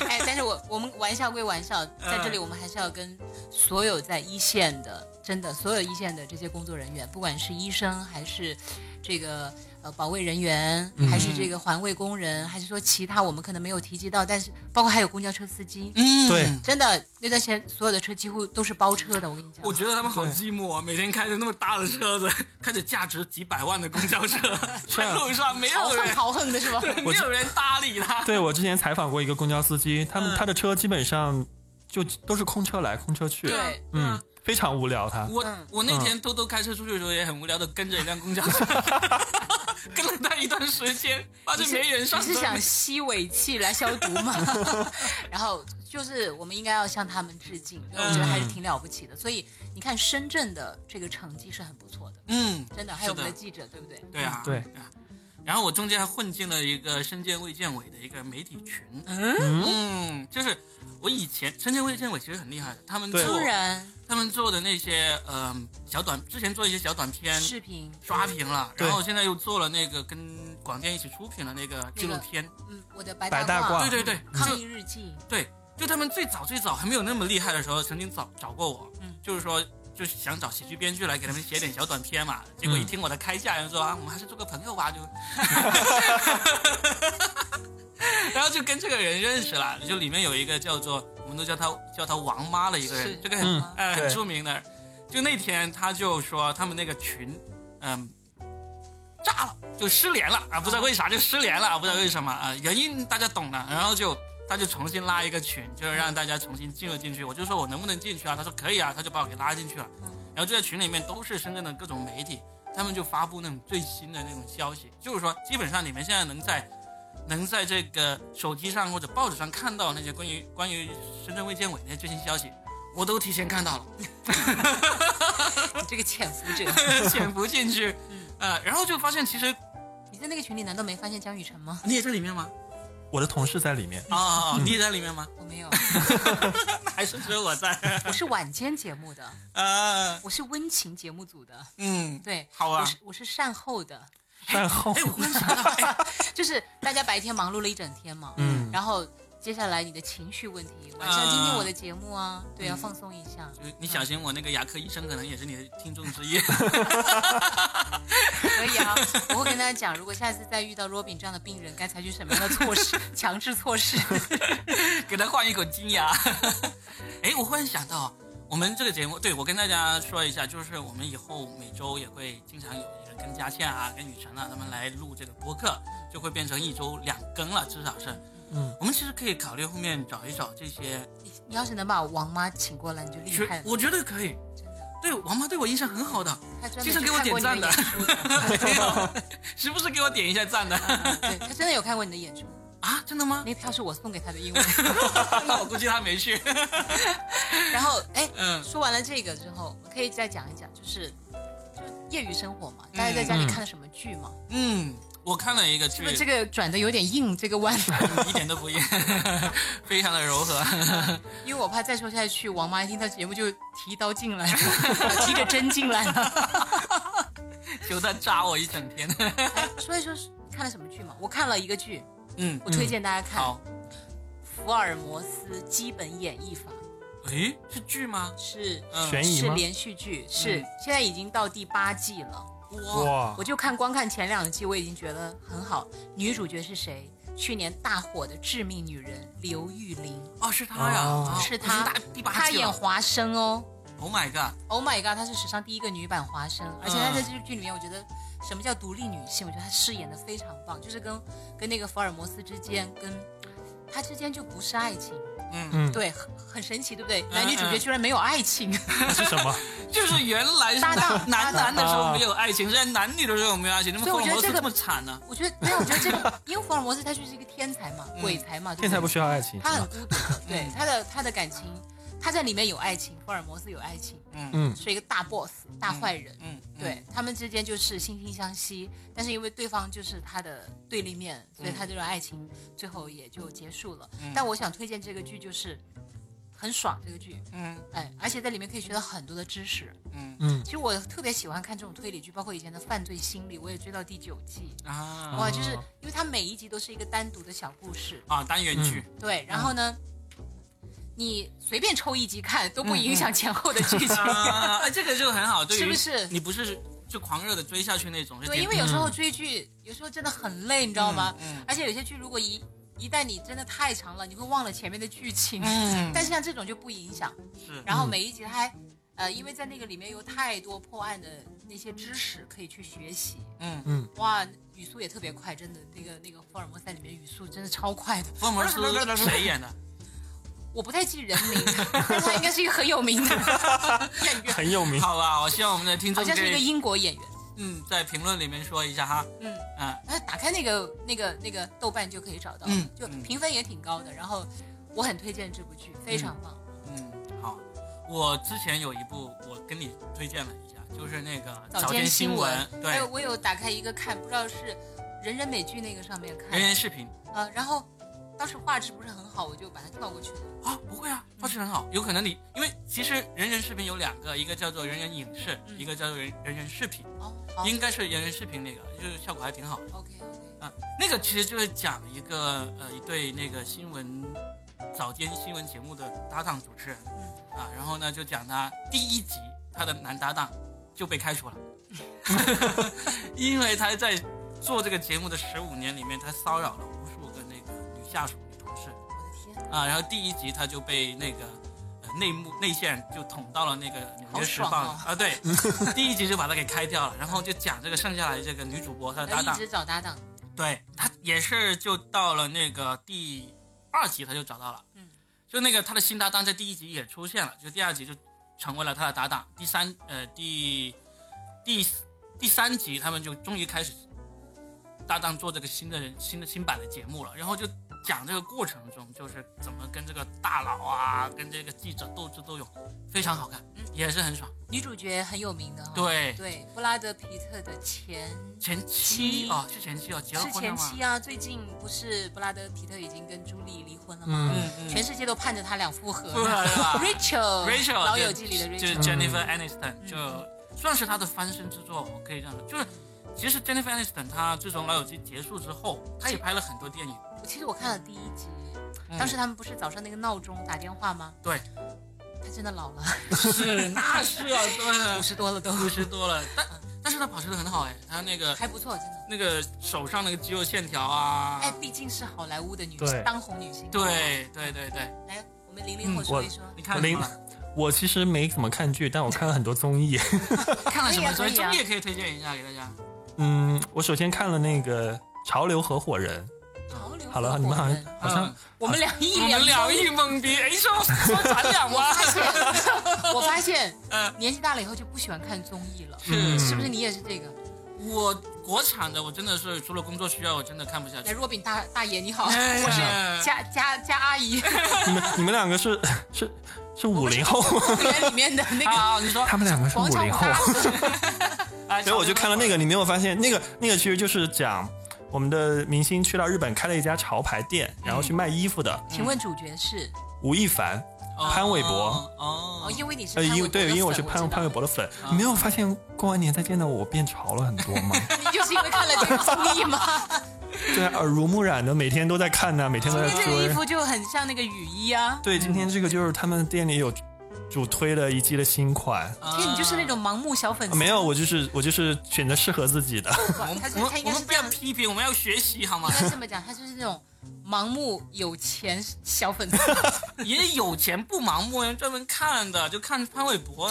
Speaker 3: [laughs] 哎，但是我我们玩笑归玩笑，在这里
Speaker 2: 嗯
Speaker 3: 我们还是要跟所有在一线的，真的所有一线的这些工作人员，不管是医生还是这个呃保卫人员，还是
Speaker 2: 嗯
Speaker 3: 这个环卫工人，还是说其他我们可能没有提及到，但是包括还有公交车司机，
Speaker 2: 嗯
Speaker 4: 对，
Speaker 3: 真的那段时间所有的车几乎都是包车的，我跟你讲。
Speaker 2: 我觉得他们好寂寞啊，每天开着那么大的车子， [laughs] 开着价值几百万的公交
Speaker 3: [laughs]
Speaker 2: 车，
Speaker 3: 啊
Speaker 2: 在路上没
Speaker 3: 豪
Speaker 2: 有
Speaker 3: 横
Speaker 2: 人，
Speaker 3: 豪横的是吧？
Speaker 2: [laughs] 没有人搭理他。
Speaker 4: 对我之前采访过一个公交司机，他们、
Speaker 2: 嗯
Speaker 4: 他的车基本上就都是空车来空车去，
Speaker 3: 对啊
Speaker 4: 嗯，非常无聊他。
Speaker 2: 我
Speaker 3: 嗯
Speaker 2: 我那天偷偷开车出去的时候也很无聊的跟着一辆公交
Speaker 3: [laughs]
Speaker 2: 车，跟了他一段时间，发现没人上
Speaker 3: 你是
Speaker 2: 车
Speaker 3: 想。吸尾气来消毒
Speaker 2: [laughs]
Speaker 3: 吗？ [laughs] 然后就是我们应该要向他们致敬，因为我觉得
Speaker 2: 嗯
Speaker 3: 还是挺了不起的。所以你看深圳的这个成绩是很不错的，
Speaker 2: 嗯，
Speaker 3: 真的。还有我们的
Speaker 2: 是的
Speaker 3: 记者，对不对？
Speaker 2: 对啊，
Speaker 4: 对
Speaker 2: 啊。然后我中间还混进了一个深圳卫健委的一个媒体群，
Speaker 4: 嗯，
Speaker 2: 嗯，就是我以前深圳卫健委其实很厉害的，他们
Speaker 4: 对
Speaker 2: 做
Speaker 3: 当然，
Speaker 2: 他们做的那些嗯、小短，之前做一些小短片啊
Speaker 3: 视频
Speaker 2: 嗯刷屏了，
Speaker 4: 对
Speaker 2: 然后现在又做了那个跟广电一起出品的那个纪录片，
Speaker 3: 嗯，我的白
Speaker 4: 白大
Speaker 3: 褂
Speaker 4: 褂
Speaker 2: 对对对，
Speaker 3: 抗
Speaker 2: 就
Speaker 3: 议日记，
Speaker 2: 对，就他们最早最早还没有那么厉害的时候，曾经找找过我，
Speaker 3: 嗯
Speaker 2: 就是说就是想找喜剧编剧来给他们写点小短片嘛。结果一听我的开价，人说啊，我们还是做个朋友吧，就，然后就跟这个人认识了，就里面有一个叫做我们都叫他叫他王妈的一个
Speaker 3: 是
Speaker 2: 人，这个很、
Speaker 4: 嗯
Speaker 2: 呃很
Speaker 4: 对
Speaker 2: 著名的，就那天他就说他们那个群，嗯。炸了，就失联了啊！不知道为啥就失联了，啊不知道为什么啊，原因大家懂的。然后就他就重新拉一个群，就是让大家重新进了进去。我就说我能不能进去啊？他说可以啊，他就把我给拉进去了
Speaker 3: 嗯。
Speaker 2: 然后就在群里面都是深圳的各种媒体，他们就发布那种最新的那种消息，就是说基本上你们现在能在能在这个手机上或者报纸上看到那些关于关于深圳卫健委那些最新消息，我都提前看 [laughs] 到了。嗯
Speaker 3: 你这个潜伏者，
Speaker 2: 潜伏进去，呃，然后就发现其实
Speaker 3: 你在那个群里难道没发现江雨晨吗？
Speaker 2: 你也在里面吗？
Speaker 4: 我的同事在里面，
Speaker 2: 啊、哦，你也在里面吗？
Speaker 3: 我没有，
Speaker 2: 那还是只有我在。
Speaker 3: 我是晚间节目的，
Speaker 2: [laughs] 呃，
Speaker 3: 我是温情节目组的，
Speaker 2: 嗯，
Speaker 3: 对，
Speaker 2: 好啊
Speaker 3: 我是我是善后的，
Speaker 4: 善后
Speaker 2: 哎，我忽然想到，哎，
Speaker 3: 就是大家白天忙碌了一整天嘛，
Speaker 4: 嗯
Speaker 3: 然后接下来你的情绪问题，晚上
Speaker 2: 啊
Speaker 3: 听听我的节目啊，对
Speaker 2: 嗯
Speaker 3: 啊，放松一下。
Speaker 2: 你你小心，我那个牙科医生可能也是你的听众之一。 [laughs]
Speaker 3: 可以啊，我会跟大家讲，如果下次再遇到 Robin 这样的病人，该采取什么样的
Speaker 2: [laughs]
Speaker 3: 措施，强制措施。
Speaker 2: 给他换一口金牙。 [laughs] 哎，我忽然想到，我们这个节目，对我跟大家说一下，就是我们以后每周也会经常有人跟佳倩啊、跟雨辰啊他们来录这个播客，就会变成一周两更了，至少是。
Speaker 4: 嗯，
Speaker 2: 我们其实可以考虑后面找一找这些，
Speaker 3: 你你要是能把王妈请过来，你就厉害了。
Speaker 2: 我觉得可以。
Speaker 3: 真的，
Speaker 2: 对，王妈对我印象很好的，
Speaker 3: 她专
Speaker 2: 经
Speaker 3: 门
Speaker 2: 常
Speaker 3: 去
Speaker 2: 给我
Speaker 3: 看过
Speaker 2: 点
Speaker 3: 你的
Speaker 2: 赞的
Speaker 3: 演出的。
Speaker 2: 没有时不时给我点一下赞的
Speaker 3: 对，她真的有看过你的演出，
Speaker 2: 啊？真的吗？
Speaker 3: 那票是我送给她
Speaker 2: [laughs]
Speaker 3: 的英文。
Speaker 2: 那我估计她没去。
Speaker 3: 然后，哎，
Speaker 2: 嗯
Speaker 3: 说完了这个之后，我可以再讲一讲，就是就业余生活嘛，大家在家里
Speaker 4: 嗯
Speaker 3: 看了什么剧嘛？
Speaker 2: 嗯，我看了一个
Speaker 3: 是
Speaker 2: 剧嗯
Speaker 3: 不，是这个转的有点硬，这个弯？
Speaker 2: 一点都不硬， [laughs] 非常的柔和。
Speaker 3: 因为我怕再说下去，王妈一听到节目就提刀进来 [laughs] 了，提着针进来了。 [laughs]
Speaker 2: 就在扎我一整天。
Speaker 3: 说一说看了什么剧嘛？我看了一个剧，
Speaker 2: 嗯，
Speaker 3: 我推荐大家看《
Speaker 2: 好。
Speaker 3: 福尔摩斯基本演绎法
Speaker 2: 诶，是剧吗》？？
Speaker 3: 是
Speaker 2: 嗯
Speaker 4: 悬疑
Speaker 3: 是
Speaker 4: 吗？
Speaker 3: 连续剧，是
Speaker 2: 嗯
Speaker 3: 现在已经到第八季了。
Speaker 2: 哇，
Speaker 4: 哇
Speaker 3: 我，就看光看前两季，我已经觉得很好。女主角是谁？去年大火的《致命女人》刘玉玲，
Speaker 2: 哦，是他呀，
Speaker 4: 哦
Speaker 2: 哦
Speaker 3: 是她
Speaker 2: 我已经大第八
Speaker 3: 她
Speaker 2: 季
Speaker 3: 演
Speaker 2: 了。
Speaker 3: 华生哦。
Speaker 2: Oh my god！
Speaker 3: Oh my god，她是史上第一个女版华生，而且她
Speaker 2: 嗯
Speaker 3: 在这个剧里面，我觉得什么叫独立女性，我觉得她饰演的非常棒，就是跟跟那个福尔摩斯之间，跟她之间就不是爱情，
Speaker 2: 嗯，
Speaker 4: 嗯，
Speaker 3: 对，很很神奇，对不对？
Speaker 2: 嗯
Speaker 3: 男女主角居然没有爱情， [laughs]
Speaker 4: 是什么？
Speaker 2: 就是原来是
Speaker 3: 搭档
Speaker 2: 男
Speaker 3: 搭档
Speaker 2: 男的时候没有爱情，现在男女的时候没有爱情，那么
Speaker 3: 所以
Speaker 2: 福
Speaker 3: 我
Speaker 2: 尔摩
Speaker 3: 觉得
Speaker 2: 斯
Speaker 3: 这个
Speaker 2: 这么惨呢？
Speaker 3: 我觉得，没啊有，我觉得这个，因为福尔摩斯他就是一个天才嘛，
Speaker 2: 嗯
Speaker 3: 鬼才嘛，对对
Speaker 4: 天才不需要爱情，
Speaker 3: 他
Speaker 4: 是
Speaker 3: 很
Speaker 4: 吧
Speaker 3: 孤独的，对他的他的感情，他在里面有爱情，福尔摩斯有爱情，
Speaker 2: 嗯
Speaker 4: 嗯
Speaker 3: 是一个大 boss 大坏人，
Speaker 2: 嗯，嗯，
Speaker 3: 对他们之间就是惺惺相惜，但是因为对方就是他的对立面，所以他这段爱情最后也就结束了。
Speaker 2: 嗯
Speaker 3: 但我想推荐这个剧就是很爽，这个剧，
Speaker 2: 嗯
Speaker 3: 哎，而且在里面可以学到很多的知识。
Speaker 2: 嗯
Speaker 4: 嗯
Speaker 3: 其实我特别喜欢看这种推理剧，包括以前的《犯罪心理》，我也追到第九季。
Speaker 2: 啊
Speaker 3: 哇，就是因为它每一集都是一个单独的小故事，
Speaker 2: 啊，单元剧
Speaker 3: 对，然
Speaker 2: 嗯
Speaker 3: 后呢，你随便抽一集看都不影响前后的剧情，
Speaker 2: 啊，哎这个就很嗯 [laughs] 好，对于
Speaker 3: 嗯是不是
Speaker 2: 你不是就狂热的追下去那种？
Speaker 3: 对，因为有时候追剧，有时候真的很累，你知道吗？
Speaker 2: 嗯
Speaker 3: 而且有些剧如果一一旦你真的太长了，你会忘了前面的剧情。
Speaker 2: 嗯
Speaker 3: 但像这种就不影响。
Speaker 2: 是
Speaker 3: 然后每一集它还，
Speaker 2: 嗯
Speaker 3: 呃，因为在那个里面有太多破案的那些知识可以去学习。
Speaker 2: 嗯，
Speaker 4: 嗯，
Speaker 3: 哇，语速也特别快，真的，那个那个福尔摩斯在里面语速真的超快的。
Speaker 2: 福尔摩斯谁演的？
Speaker 3: 我不太记人名， [laughs] 但是他应该是一个很有
Speaker 2: [laughs]
Speaker 3: 名的演员，
Speaker 4: 很有名。
Speaker 2: 好吧，我希望我们的听
Speaker 3: 好
Speaker 2: 众
Speaker 3: 像
Speaker 2: 可
Speaker 3: 是一个
Speaker 2: 以
Speaker 3: 英国演员。
Speaker 2: 嗯在评论里面说一下哈，
Speaker 3: 嗯。
Speaker 2: 嗯。
Speaker 3: 然后打开那个那个那个豆瓣就可以找到，
Speaker 2: 嗯
Speaker 3: 就
Speaker 2: 嗯
Speaker 3: 评分也挺高的。然后我很推荐这部剧，非常棒。
Speaker 2: 嗯，好，我之前有一部我跟你推荐了一下，就是那个
Speaker 3: 早间
Speaker 2: 新
Speaker 3: 新闻，哎还
Speaker 2: 对
Speaker 3: 有，我有打开一个看，不知道是人人美剧那个上面看
Speaker 2: 人人视频
Speaker 3: 啊、然后当时画质不是很好，我就把它跳过去了。
Speaker 2: 啊，不会啊，画质很好，有可能你因为其实人人视频有两个，一个叫做人人影视，
Speaker 3: 嗯
Speaker 2: 一个叫做人人人视频，
Speaker 3: 哦，好
Speaker 2: 应该是人人视频那个，就是效果还挺好的
Speaker 3: ，OK OK，
Speaker 2: 啊。那个其实就是讲一个呃一对那个新闻早间新闻节目的搭档主持人啊，然后呢就讲他第一集他的男搭档就被开除了，因为他在做这个节目的十五年里面，他骚扰了无数个那个女下属、女同事
Speaker 3: 我的天，
Speaker 2: 啊，然后第一集他就被那个。呃内幕内线就捅到了那个《纽约时报》
Speaker 3: 好爽哦
Speaker 2: 啊，对，第一集就把他给开掉了，然后就讲这个剩下来这个女主播她的搭
Speaker 3: 然后
Speaker 2: 档
Speaker 3: 一直找搭档，
Speaker 2: 对他也是就到了那个第二集他就找到了，
Speaker 3: 嗯，
Speaker 2: 就那个他的新搭档在第一集也出现了，就第二集就成为了他的搭档。第三呃第第第三集，他们就终于开始搭档做这个新的人新的新版的节目了，然后就讲这个过程中就是怎么跟这个大佬啊，跟这个记者斗智斗勇，非常好看，
Speaker 3: 嗯
Speaker 2: 也是很爽。
Speaker 3: 女主角很有名的、哦，
Speaker 2: 对，
Speaker 3: 对，布拉德皮特的前
Speaker 2: 前妻
Speaker 3: 妻
Speaker 2: 啊、是前妻啊，结了
Speaker 3: 是
Speaker 2: 婚了
Speaker 3: 前
Speaker 2: 吗？
Speaker 3: 妻啊，最近不是布拉德皮特已经跟朱莉离婚了吗？
Speaker 2: 嗯嗯
Speaker 3: 全世界都盼着他俩复合
Speaker 2: 对
Speaker 3: [laughs] 呢。
Speaker 2: 吧
Speaker 3: Rachel，
Speaker 2: 啊 Rachel
Speaker 3: 老友记里的
Speaker 2: 就是
Speaker 3: Rachel，嗯
Speaker 2: Jennifer Aniston，、就算是她的翻身之作，我可以这样说，就是其实 Jennifer Aniston 她自从《老友记》结束之后，她也拍了很多电影，
Speaker 3: 其实我看了第一集，
Speaker 2: 嗯
Speaker 3: 当时他们不是早上那个闹钟打电话吗？
Speaker 2: 对，
Speaker 3: 他真的老了，
Speaker 2: 是那是啊，
Speaker 3: 五
Speaker 2: 对，
Speaker 3: 十多了都，
Speaker 2: [laughs] 五十多了，但但是她保持的很好哎，她那个
Speaker 3: 还不错，真的。
Speaker 2: 那个手上那个肌肉线条啊，
Speaker 3: 哎，毕竟是好莱坞的女
Speaker 4: 嗯对
Speaker 3: 星，当红女星。，
Speaker 2: 对对对对，
Speaker 3: 来，我们零零后
Speaker 4: 嗯
Speaker 3: 说一说，
Speaker 2: 你看
Speaker 4: 我
Speaker 2: 什
Speaker 4: 零
Speaker 2: 么了？
Speaker 4: 我其实没怎么看剧，但我看了很多综艺。 [laughs]
Speaker 2: 看了什么？所
Speaker 3: 可
Speaker 2: 以
Speaker 3: 以啊可以啊
Speaker 2: 综艺也可以推荐一下给大家。
Speaker 4: 嗯，我首先看了那个《潮流合伙人
Speaker 3: 潮流》。
Speaker 4: 好了，
Speaker 3: 合
Speaker 4: 你们啊好
Speaker 3: 伙
Speaker 4: 像
Speaker 3: 人
Speaker 4: 好像
Speaker 2: 嗯
Speaker 3: 我们俩一
Speaker 2: 我
Speaker 3: 脸
Speaker 2: 们
Speaker 3: 懵
Speaker 2: 两亿懵逼，哎，说说咱俩吗？
Speaker 3: 我发
Speaker 4: [laughs]
Speaker 3: 现
Speaker 2: 嗯，
Speaker 3: 年纪大了以后就不喜欢看综艺了，
Speaker 4: 嗯
Speaker 2: 是
Speaker 3: 是不是？你也是这个？
Speaker 2: 我国产的我真的是除了工作需要，我真的看不下
Speaker 3: 来，
Speaker 2: 去。
Speaker 3: 若饼哎大大爷你
Speaker 4: 哦
Speaker 3: 好，
Speaker 2: 哎呀
Speaker 3: 我是佳佳佳阿
Speaker 4: [laughs]
Speaker 3: 姨，
Speaker 4: 你们你们两个是 [laughs] 是是五零后，
Speaker 3: 公园里面的那个
Speaker 2: 啊，你说，
Speaker 4: 他们两个是五
Speaker 3: 广场舞
Speaker 4: 零后，
Speaker 3: 大叔，
Speaker 2: 哎
Speaker 4: 所以我就看了那个，你没有发现那个那个其实就是讲我们的明星去到日本开了一家潮牌店，然后去卖衣服的，
Speaker 3: 请问主角是？
Speaker 4: 吴亦凡。潘玮柏
Speaker 2: 哦
Speaker 3: 哦，因为你是
Speaker 4: 呃，
Speaker 3: 潘玮
Speaker 4: 因
Speaker 3: 柏
Speaker 4: 为对，
Speaker 3: 的
Speaker 4: 因为我是
Speaker 3: 粉
Speaker 4: 潘潘玮柏，的粉，
Speaker 2: 啊
Speaker 4: 你没有发现过完年再见的我变潮了很多
Speaker 2: [laughs]
Speaker 4: 吗？
Speaker 3: 知道你就是因为看了这个综艺
Speaker 4: [laughs]
Speaker 3: 吗？
Speaker 4: 对啊，耳濡目染的，每天都在看呐，每天都在
Speaker 3: 因为这个衣
Speaker 4: 追。
Speaker 3: 服就很像那个雨衣啊。
Speaker 4: 对，今天这个就是他们店里有主推的一季的新款，
Speaker 3: 天，你就是那种盲目小粉
Speaker 2: 嗯
Speaker 3: 丝，
Speaker 4: 啊没有，我就是我就是选择适合自己的。
Speaker 2: 我们
Speaker 3: 他是
Speaker 2: 我
Speaker 3: 他
Speaker 2: 们
Speaker 3: 应
Speaker 2: 我
Speaker 3: 该
Speaker 2: 们
Speaker 3: 是
Speaker 2: 不
Speaker 3: 这
Speaker 2: 要
Speaker 3: 样，
Speaker 2: 批评，我们要学习
Speaker 3: [laughs]
Speaker 2: 好吗
Speaker 3: 应？该这么讲，他就是那种盲目有钱小粉丝，
Speaker 2: 也有钱不盲目，人专门看的，就看潘玮柏啊，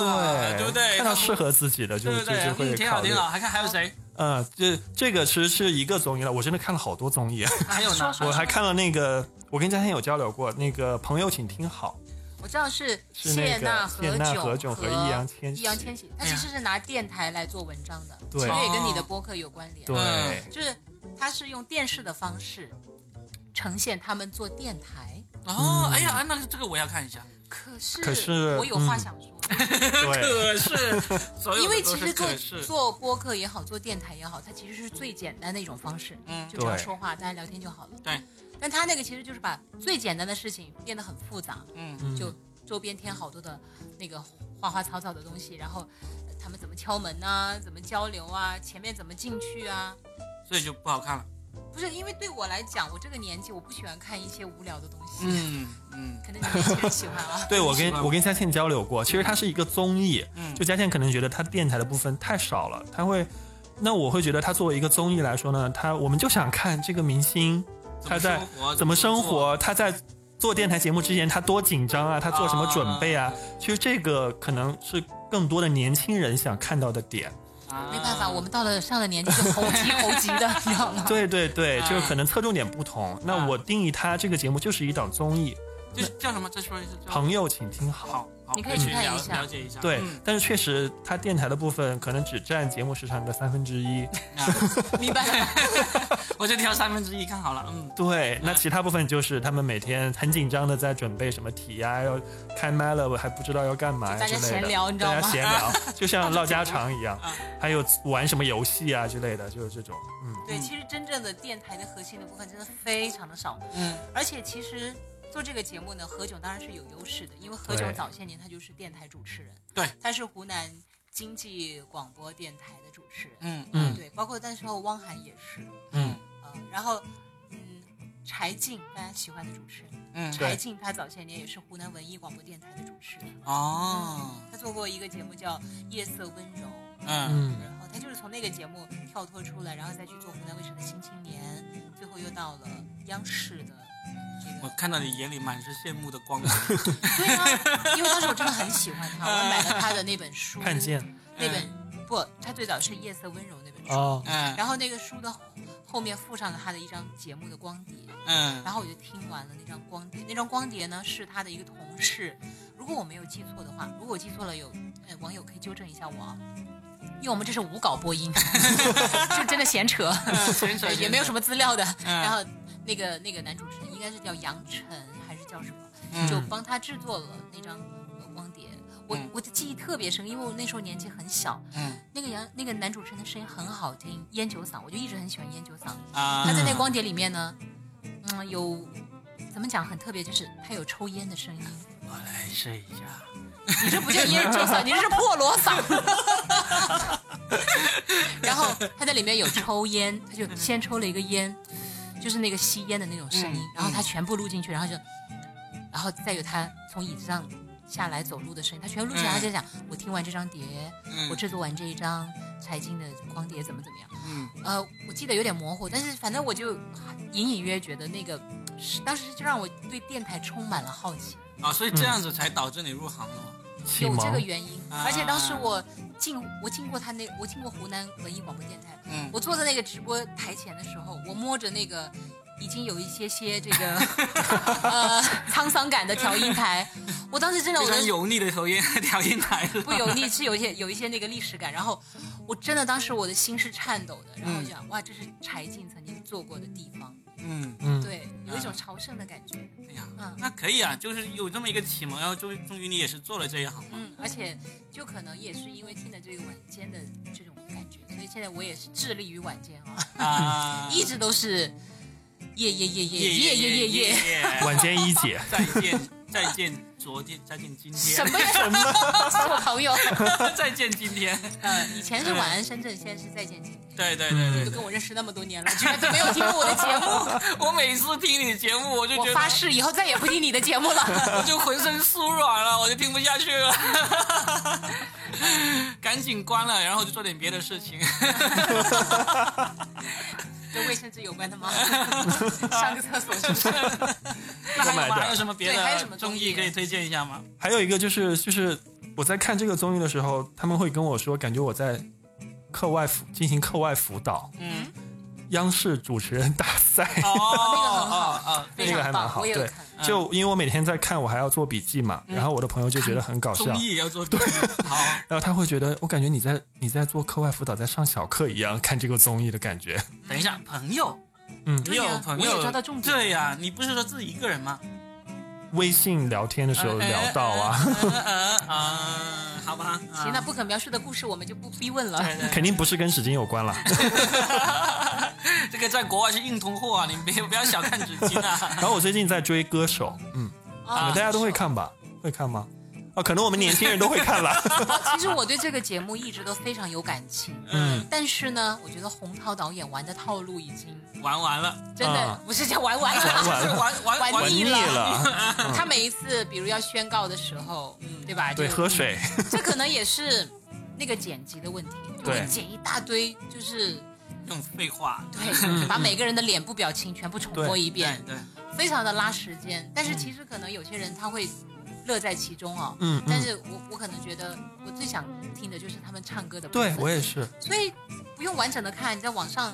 Speaker 2: 对不对？
Speaker 4: 看到适合自己的就
Speaker 2: 对
Speaker 4: 就
Speaker 2: 对对
Speaker 4: 就，会
Speaker 2: 嗯挺
Speaker 4: 考
Speaker 2: 好
Speaker 4: 虑
Speaker 2: 挺。好。还看还有
Speaker 4: [laughs]
Speaker 2: 谁？
Speaker 4: 嗯，这这个其实是一个综艺了，我真的看了好多综艺，
Speaker 2: 还有呢？
Speaker 4: 我还看了那个，我跟嘉欣有交流过，那个朋友请听好，
Speaker 3: 我知道是
Speaker 4: 是那
Speaker 3: 谢
Speaker 4: 个谢娜
Speaker 3: 何
Speaker 4: 何
Speaker 3: 炅
Speaker 4: 炅
Speaker 3: 和
Speaker 4: 和易烊千玺
Speaker 3: 易烊千玺，他其实是拿电台来做文章的，
Speaker 4: 对
Speaker 3: 其实也跟你的播客有关联。
Speaker 2: [laughs]
Speaker 4: 对，
Speaker 2: 嗯
Speaker 3: 就是他是用电视的方式呈现他们做电台，
Speaker 2: 哦，
Speaker 4: 嗯
Speaker 2: 哎呀，那这个我要看一下。
Speaker 3: 可是
Speaker 4: 可是
Speaker 3: 我有话想说，
Speaker 4: 对，
Speaker 2: 可
Speaker 4: [laughs]
Speaker 2: 是，所有
Speaker 3: 因为
Speaker 2: 的都
Speaker 3: 其实
Speaker 2: 是
Speaker 3: 做
Speaker 2: 可是，
Speaker 3: 做播客也好，做电台也好，它其实是最简单的一种方式，
Speaker 2: 嗯
Speaker 3: 就只要
Speaker 4: 对
Speaker 3: 说话，大家聊天就好了。
Speaker 2: 对，
Speaker 3: 但他那个其实就是把最简单的事情变得很复杂，
Speaker 2: 嗯，
Speaker 4: 嗯。
Speaker 3: 就周边添好多的那个花花草草的东西，然后呃他们怎么敲门呐、怎么交流啊，前面怎么进去啊？
Speaker 2: 所以就不好看了。
Speaker 3: 不是因为对我来讲，我这个年纪我不喜欢看一些无聊的东西，
Speaker 2: 嗯嗯
Speaker 3: 可能你年轻人喜欢啊
Speaker 2: [laughs]
Speaker 4: 对我
Speaker 2: 喜
Speaker 4: 跟
Speaker 2: 欢
Speaker 4: 我跟佳倩交流过，其实它是一个综艺，
Speaker 2: 嗯
Speaker 4: 就佳倩可能觉得它电台的部分太少了，她会，那我会觉得它作为一个综艺来说呢，它我们就想看这个明星他在
Speaker 2: 啊怎么生活做
Speaker 4: 怎么生活，他在做电台节目之前他多紧张啊，他做什么准备啊，其实这个可能是更多的年轻人想看到的点。
Speaker 2: 啊
Speaker 3: 没办法，我们到了上了年纪就猴急猴急
Speaker 2: [laughs]
Speaker 3: 的，你知道吗？
Speaker 4: [laughs] 对对对，
Speaker 3: 嗯
Speaker 2: 啊
Speaker 4: 就是可能侧重点不同。
Speaker 2: 啊
Speaker 4: 那我定义它这个节目就是一档综艺，
Speaker 3: 嗯
Speaker 2: 就叫什么？再说一次。叫
Speaker 4: 朋友请听好。
Speaker 2: 好，好
Speaker 3: 你可以
Speaker 2: 我
Speaker 3: 去看
Speaker 2: 了
Speaker 3: 一下
Speaker 2: 了解一下。
Speaker 4: 对，
Speaker 2: 嗯
Speaker 4: 但是确实，它电台的部分可能只占节目时长的三分之一。
Speaker 2: 啊
Speaker 3: 明白了。
Speaker 2: 我就挑三分之一看好了。嗯，
Speaker 3: [laughs]
Speaker 4: 对，那其他部分就是他们每天很紧张的在准备什么题呀、要开麦了，我还不知道要干嘛呀
Speaker 3: 就大家
Speaker 4: 之类的
Speaker 3: 闲聊你知道吗嗯
Speaker 4: 大家闲聊，
Speaker 3: [laughs]
Speaker 4: 就像唠家常一样
Speaker 2: 啊，
Speaker 4: 还有玩什么游戏啊之类的，就是这种。嗯，
Speaker 3: 对，其实真正的电台的核心的部分真的非常的少，
Speaker 2: 嗯，
Speaker 3: 而且其实做这个节目呢，何炅当然是有优势的，因为何炅
Speaker 4: 对
Speaker 3: 早些年他就是电台主持人，
Speaker 2: 对，
Speaker 3: 他是湖南经济广播电台的主持人，
Speaker 2: 嗯
Speaker 4: 嗯
Speaker 3: 对，包括那时候汪涵也是，
Speaker 2: 嗯
Speaker 3: 呃，然后嗯，柴静大家喜欢的主持人，
Speaker 2: 嗯，
Speaker 3: 柴
Speaker 4: 对
Speaker 3: 静她早些年也是湖南文艺广播电台的主持人，
Speaker 2: 哦，
Speaker 3: 她做过一个节目叫《夜色温柔》。
Speaker 2: 嗯
Speaker 4: 嗯，
Speaker 3: 然后哦他就是从那个节目跳脱出来，然后再去做湖南卫视的新青年，最后又到了央视的这
Speaker 2: 我
Speaker 3: 个。
Speaker 2: 看到你眼里满是羡慕的光芒。
Speaker 3: 对啊，因为当时我真的很喜欢他，我还买了他的那本书，
Speaker 4: 看见
Speaker 2: 嗯
Speaker 3: 那本不，他最早是《夜色温柔》那本书，
Speaker 4: 哦，
Speaker 2: 嗯
Speaker 3: 然后那个书的后面附上了他的一张节目的光碟，
Speaker 2: 嗯
Speaker 3: 然后我就听完了那张光碟，那张光碟呢是他的一个同事如果我没有记错的话，如果我记错了有，呃网友可以纠正一下我啊，因为我们这是无稿播音， [laughs] 就真的闲扯，
Speaker 2: 闲扯
Speaker 3: 对也没有什
Speaker 2: 么，
Speaker 3: 么资料的。
Speaker 2: 嗯
Speaker 3: 然后那个那个男主持人应该是叫杨晨还是叫什么，
Speaker 2: 嗯
Speaker 3: 就帮他制作了那张呃光碟。我
Speaker 2: 嗯
Speaker 3: 我的记忆特别深，因为我那时候年纪很小。
Speaker 2: 嗯
Speaker 3: 那个杨那个男主持人的声音很好听，烟酒嗓，我就一直很喜欢烟酒嗓。
Speaker 2: 啊
Speaker 3: 他在那光碟里面呢，嗯，有怎么讲很特别，就是他有抽烟的声音。
Speaker 2: 我来试一下。
Speaker 3: 你这不叫烟酒嗓，你这是破锣嗓。
Speaker 2: [laughs]
Speaker 3: 然后他在里面有抽烟，他就先抽了一个烟，就是那个吸烟的那种声音，
Speaker 2: 嗯
Speaker 3: 然后他全部录进去，然后就，然后再有他从椅子上下来走路的声音，他全部录进来，
Speaker 2: 嗯
Speaker 3: 他就讲我听完这张碟，
Speaker 2: 嗯
Speaker 3: 我制作完这一张财经的光碟怎么怎么样。
Speaker 2: 嗯
Speaker 3: 呃，我记得有点模糊，但是反正我就隐隐约觉得那个，是当时就让我对电台充满了好奇。
Speaker 2: 啊，所以这样子才导致你入行的嘛。
Speaker 4: 启
Speaker 3: 有这个
Speaker 4: 蒙，
Speaker 3: 原因，
Speaker 2: 啊
Speaker 3: 而且当时我进我进过他那我进过湖南文艺广播电台，
Speaker 2: 嗯
Speaker 3: 我坐在那个直播台前的时候，我摸着那个已经有一些些这
Speaker 2: [laughs]
Speaker 3: 个呃沧桑感的调音台，我当时真的
Speaker 2: 非
Speaker 3: 我
Speaker 2: 常
Speaker 3: 的
Speaker 2: 油腻的头烟调音台了。
Speaker 3: 不油腻是有一些有一些那个历史感，然后我真的当时我的心是颤抖的，然后我想、哇这是柴静曾经做过的地方，
Speaker 2: 嗯，
Speaker 4: 嗯，
Speaker 3: 对，有一种朝圣的感觉，
Speaker 2: 哎呀，
Speaker 3: 嗯。
Speaker 2: 那可以啊，就是有这么一个启蒙，然后终于终于你也是做了这一行嘛。
Speaker 3: 嗯，而且就可能也是因为听了这个晚间的这种感觉，所以现在我也是致力于晚间啊，
Speaker 2: 啊，
Speaker 3: 一直都是夜夜夜夜夜
Speaker 2: 夜
Speaker 3: 夜夜
Speaker 2: 夜
Speaker 3: [laughs] 夜，
Speaker 2: 夜，
Speaker 4: 晚间一姐
Speaker 2: 再见 [laughs] 再见昨天，再见今
Speaker 3: 什
Speaker 2: 天，
Speaker 3: 么什么是我朋 [laughs] 友，
Speaker 2: [laughs] 再见今天。
Speaker 3: 呃，以前是晚安深圳，现在是再见今 [laughs] 天，
Speaker 2: 对对对对
Speaker 3: 就跟我认识那么多年了，居然都没有听过我的节目，
Speaker 2: 对， [laughs] 我每次听你的节目，我就觉
Speaker 3: 我
Speaker 2: 得
Speaker 3: 发誓以后再也不听你的节目了。 [laughs]
Speaker 2: 我就浑身酥软了，我就听不下去了， [laughs] 赶紧关了，然后就做点别的事 [laughs] 情。
Speaker 3: 跟卫生纸有关的 [laughs] 吗？上个厕所是不是？
Speaker 2: 那还有
Speaker 4: 买
Speaker 2: 吗
Speaker 4: 的
Speaker 2: 还有什么别
Speaker 3: 对还有什
Speaker 2: 的
Speaker 3: 么
Speaker 2: 综
Speaker 3: 综
Speaker 2: 艺啊
Speaker 3: 艺
Speaker 2: 可以推荐一下吗？
Speaker 4: 还有一个就是就是我在看这个综艺的时候，他们会跟我说，感觉我在课外辅进行课外辅导，
Speaker 2: 嗯，
Speaker 4: 央视主持人大赛
Speaker 2: 哦，，
Speaker 3: 很好
Speaker 2: 哦哦，
Speaker 3: 非
Speaker 4: 那个还
Speaker 3: 常
Speaker 4: 蛮
Speaker 3: 棒，
Speaker 4: 好，
Speaker 3: 我也有
Speaker 4: 对
Speaker 3: 看。，
Speaker 2: 嗯
Speaker 4: 就因为我每天在看，我还要做笔记嘛，然后我的朋友就觉得很搞笑，
Speaker 2: 综艺也要做对，好，
Speaker 4: 然后他会觉得我感觉你在你在做课外辅导，在上小课一样看这个综艺的
Speaker 2: [laughs]
Speaker 4: 感觉。
Speaker 2: 等一下，朋友，
Speaker 4: 嗯
Speaker 2: 你
Speaker 3: 哎对呀
Speaker 2: 有朋
Speaker 3: 我
Speaker 2: 友
Speaker 3: 也抓到重点
Speaker 2: 对呀，你不是说自己一个人吗？
Speaker 4: 微信聊天的时候聊到啊，
Speaker 2: 嗯，嗯嗯嗯啊，好吧，啊
Speaker 3: 行，那不可描述的故事我们就不逼问了。
Speaker 2: 对对
Speaker 4: [laughs] 肯定不是跟纸巾有关了。
Speaker 2: 这个在国外是硬通货啊，你别不要小看纸巾啊。
Speaker 4: 然后我最近在追歌手，嗯，
Speaker 3: 啊
Speaker 4: 你们大家都会看吧？会看吗？啊，可能我们年轻人都会看了。
Speaker 3: 其实我对这个节目一直都非常有感情，
Speaker 2: [laughs] 嗯，
Speaker 3: 但是呢，我觉得洪涛导演玩的套路已经
Speaker 2: 玩完了，
Speaker 3: 真的
Speaker 4: 啊
Speaker 3: 不是叫玩完
Speaker 4: 玩嗯
Speaker 3: 了，
Speaker 4: 完了
Speaker 2: 玩玩
Speaker 3: 玩
Speaker 4: 玩腻
Speaker 3: 腻
Speaker 4: 了，
Speaker 3: 他每一次比如要宣告的时候，对吧？
Speaker 4: 对，
Speaker 3: 就嗯
Speaker 4: 喝。水，
Speaker 3: 这可能也是那个剪辑的问题，就
Speaker 4: 对
Speaker 3: 会剪一大堆，就是
Speaker 2: 这种废话。
Speaker 4: [laughs]
Speaker 3: 对，把每个人的脸部表情全部重播一遍，
Speaker 2: 对，
Speaker 3: 非常的拉时间。但是其实可能有些人他会乐在其中哦。
Speaker 4: 嗯
Speaker 3: 但
Speaker 4: 嗯，
Speaker 3: 是我我可能觉得，我最想听的就是他们唱歌的部
Speaker 4: 对
Speaker 3: 分
Speaker 4: 我也是，
Speaker 3: 所以不用完整的看，你在网上、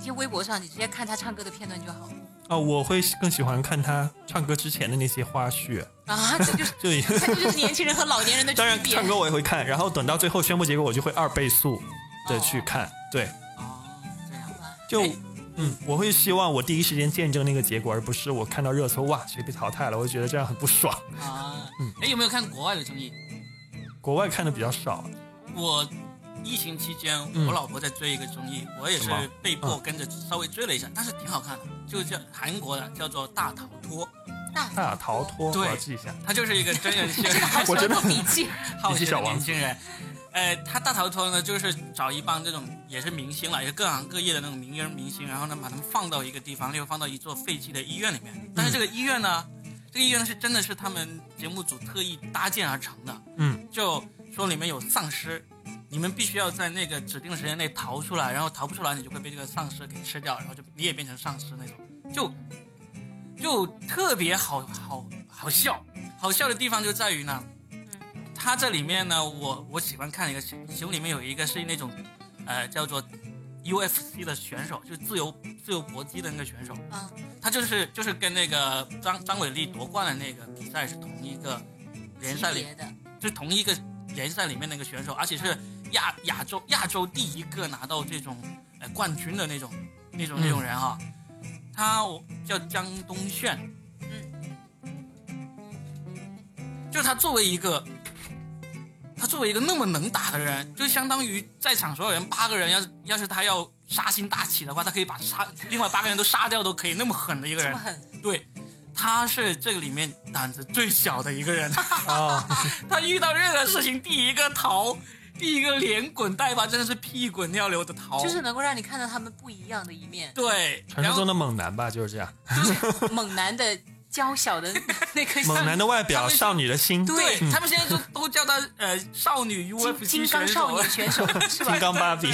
Speaker 3: 一些微博上，你直接看他唱歌的片段就好了
Speaker 4: 啊，我会更喜欢看他唱歌之前的那些花絮，
Speaker 3: 啊。这就是
Speaker 4: 就
Speaker 3: 他就是年轻人和老年人的区
Speaker 4: [laughs] 当然
Speaker 3: 别。
Speaker 4: 唱歌我也会看，然后等到最后宣布结果，我就会二倍速的去看，对。
Speaker 2: 哦，这样
Speaker 3: 好。吧
Speaker 4: 就
Speaker 2: 哎
Speaker 4: 嗯，我会希望我第一时间见证那个结果，而不是我看到热搜哇谁被淘汰了，我就觉得这样很不爽。
Speaker 2: 啊
Speaker 4: 嗯，
Speaker 2: 哎，有没有看国外的综艺？
Speaker 4: 国外看的比较少，
Speaker 2: 我疫情期间，
Speaker 4: 嗯
Speaker 2: 我老婆在追一个综艺，我也是
Speaker 4: 什么
Speaker 2: 被迫跟着稍微追了一下，但是挺好看的，就叫韩国的，叫做《大逃脱》，
Speaker 4: 大逃脱
Speaker 2: 对
Speaker 4: 我要记一下。
Speaker 2: 它就是一个真人秀，
Speaker 4: [laughs] 我真的
Speaker 3: 做笔
Speaker 4: [laughs]
Speaker 3: 记，
Speaker 2: 好学
Speaker 4: 小
Speaker 2: 的
Speaker 4: 王
Speaker 2: 年轻人。呃，他大逃脱呢，就是找一帮这种也是明星了，也是各行各业的那种名人明星，然后呢把他们放到一个地方，例如放到一座废弃的医院里面。
Speaker 4: 嗯
Speaker 2: 但是这个医院呢，这个医院是真的是他们节目组特意搭建而成的。
Speaker 4: 嗯，
Speaker 2: 就说里面有丧尸，你们必须要在那个指定的时间内逃出来，然后逃不出来你就会被这个丧尸给吃掉，然后就你也变成丧尸那种，就就特别好好好笑。好笑的地方就在于呢，它这里面呢，我我喜欢看一个节目，里面有一个是那种呃叫做 UFC 的选手，就是自由自由搏击的那个选手，
Speaker 3: 嗯，
Speaker 2: 他就是就是跟那个张张伟丽夺冠的那个比赛是同一个联赛
Speaker 3: 级
Speaker 2: 里
Speaker 3: 别的，
Speaker 2: 就同一个联赛里面那个选手，而且是亚亚洲亚洲第一个拿到这种呃冠军的那种那种
Speaker 4: 嗯
Speaker 2: 那种人哈，他我叫江东炫，嗯，就他作为一个他作为一个那么能打的人，就相当于在场所有人八个人，要是要是他要杀心大起的话，他可以把杀另外八个人都杀掉都可以，那么狠的一个
Speaker 3: 这
Speaker 2: 人
Speaker 3: 么，狠，
Speaker 2: 对。他是这个里面胆子最小的一个人，
Speaker 4: 啊，
Speaker 2: [laughs] 他遇到任何事情第一个逃，第一个连滚带爬，真的是屁滚尿流的逃。，
Speaker 3: 就是能够让你看到他们不一样的一面
Speaker 2: 对，
Speaker 4: 传
Speaker 2: 然
Speaker 4: 说
Speaker 2: 后
Speaker 4: 中的猛男吧，就是这样，
Speaker 3: 猛男的娇小的那个
Speaker 4: 猛男的外
Speaker 2: 他
Speaker 4: 表，
Speaker 2: 们是
Speaker 4: 少女的心，金
Speaker 2: 对他们现在都都叫他呃少女
Speaker 3: 金
Speaker 2: UFC
Speaker 3: 金刚
Speaker 2: 选
Speaker 3: 少
Speaker 2: 手
Speaker 3: 女。选手是吧？
Speaker 4: 刚芭比，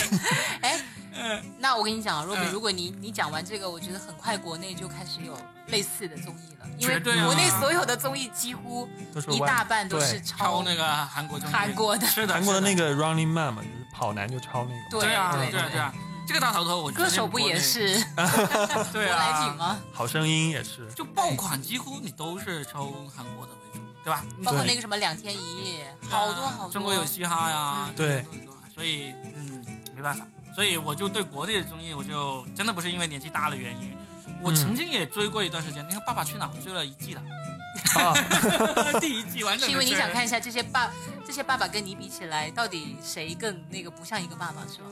Speaker 3: 哎，
Speaker 2: 嗯，
Speaker 3: 那我跟你
Speaker 4: [laughs]
Speaker 3: 讲，若比，
Speaker 2: 嗯
Speaker 3: 如果你你讲完这个，我觉得很快国内就开始有类似的综艺了，因为
Speaker 2: 绝对啊
Speaker 3: 国内所有的综艺几乎
Speaker 4: [laughs] 都是
Speaker 3: 一
Speaker 4: 外
Speaker 3: 大半都是
Speaker 4: 对
Speaker 2: 超那个韩国中
Speaker 3: 韩国的
Speaker 2: 是的，
Speaker 4: 韩国的那
Speaker 2: 个
Speaker 4: 个 Running Man 嘛，就是跑男就超那个嘛。
Speaker 3: 对
Speaker 2: 对啊
Speaker 3: 对
Speaker 2: 对啊对啊，这个大头头我觉得
Speaker 3: 歌手不也是
Speaker 2: 对
Speaker 3: 舶来
Speaker 2: 啊
Speaker 3: 品？吗？
Speaker 4: 好声音也 [laughs] 是，
Speaker 2: 就爆款几乎你都是抽韩国的为主，对吧？
Speaker 3: 包括那个什么两天一夜，好多好多。嗯
Speaker 2: 中国有嘻哈呀，
Speaker 4: 对，
Speaker 2: 所以嗯，没办法，所以我就对国内的综艺，我就真的不是因为年纪大的原因，我曾经也追过一段时间，你看《爸爸去哪儿》，我追了一季
Speaker 3: [laughs]
Speaker 2: 了，
Speaker 4: 啊，
Speaker 2: 第一季完整
Speaker 3: 是
Speaker 2: 地
Speaker 3: 因为你
Speaker 2: 追
Speaker 3: 想看一下这些爸这些爸爸跟你比起来，到底谁更那个不像一个爸爸是吧？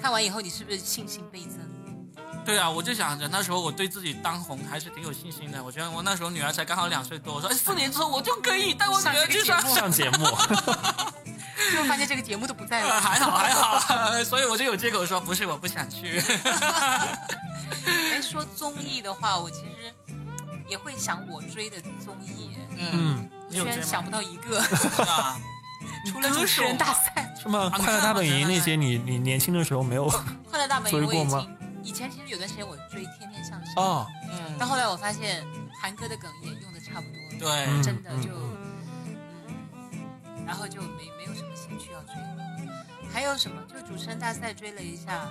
Speaker 3: 看完以后你是不是信心倍增？
Speaker 2: 对啊，我就想着那时候我对自己当红还是挺有信心的。我觉得我那时候女儿才刚好两岁多，我
Speaker 3: [laughs]
Speaker 2: 说哎四年之后我就可以带我女儿去上
Speaker 3: 上这个节目
Speaker 4: 上 [laughs] 节目，
Speaker 3: [laughs] 就发现这个节目都不在
Speaker 2: 呃 [laughs]
Speaker 3: 了。
Speaker 2: 还好还好，所以我就有借口说不是我不想去。
Speaker 3: 哎，说综艺的话，我其实也会想我追的综艺，
Speaker 2: 嗯，
Speaker 4: 嗯，
Speaker 2: 你
Speaker 3: 居
Speaker 2: 有
Speaker 3: 然
Speaker 2: 追
Speaker 3: 想
Speaker 2: 吗？
Speaker 3: 不到一
Speaker 2: [laughs]
Speaker 3: 个，
Speaker 2: 是吧？
Speaker 3: 除了主持人大赛、
Speaker 4: 是吗？
Speaker 2: 啊你看
Speaker 4: 快乐大本营
Speaker 2: 我觉得
Speaker 4: 那些，你你年轻的时候没有
Speaker 3: 快乐大本营，我
Speaker 4: 追过
Speaker 3: 已
Speaker 4: 吗
Speaker 3: 经以前其实有段时间我追《天天向上》，
Speaker 4: 哦，
Speaker 2: 嗯，
Speaker 3: 但后来我发现韩哥的梗也用的差不多了，
Speaker 2: 对，
Speaker 4: 嗯
Speaker 3: 真的
Speaker 4: 嗯
Speaker 3: 就，嗯然后就没没有什么兴趣要追了。还有什么？就主持人大赛追了一下，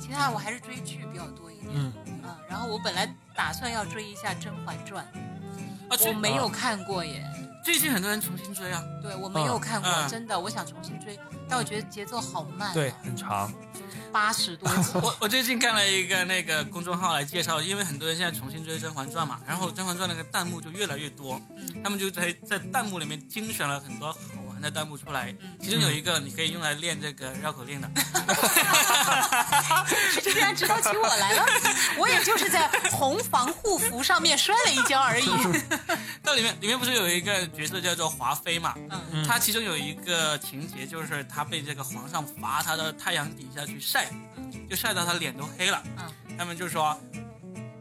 Speaker 3: 其他我还是追剧比较多一点。
Speaker 4: [laughs] 嗯
Speaker 3: 啊，然后我本来打算要追一下《甄嬛传
Speaker 2: 啊，》，
Speaker 3: 我
Speaker 2: 最
Speaker 3: 没有看过耶。
Speaker 2: 最近很多人重新追啊，
Speaker 3: 对，我没有
Speaker 4: 嗯
Speaker 3: 看过，
Speaker 2: 嗯
Speaker 3: 真的，我想重新追，但我觉得节奏好慢、啊
Speaker 4: 对，，很长，
Speaker 3: 八十
Speaker 4: [laughs]
Speaker 3: 多集
Speaker 2: [laughs] 我我最近看了一个那个公众号来介绍，因为很多人现在重新追《甄嬛传》嘛，然后《甄嬛传》那个弹幕就越来越多，
Speaker 3: 嗯
Speaker 2: 他们就在在弹幕里面精选了很多好玩的弹幕出来
Speaker 3: 嗯，
Speaker 2: 其中有一个你可以用来练这个绕口令的， [laughs]
Speaker 3: 居然指导起我来了，我也就是在红防护服上面摔了一跤而已。
Speaker 2: 那里面里面不是有一个角色叫做华妃嘛，
Speaker 3: 嗯，
Speaker 4: 嗯
Speaker 2: 她其中有一个情节就是她被这个皇上罚她到太阳底下去晒，就晒到她脸都黑了，
Speaker 3: 嗯
Speaker 2: 他们就说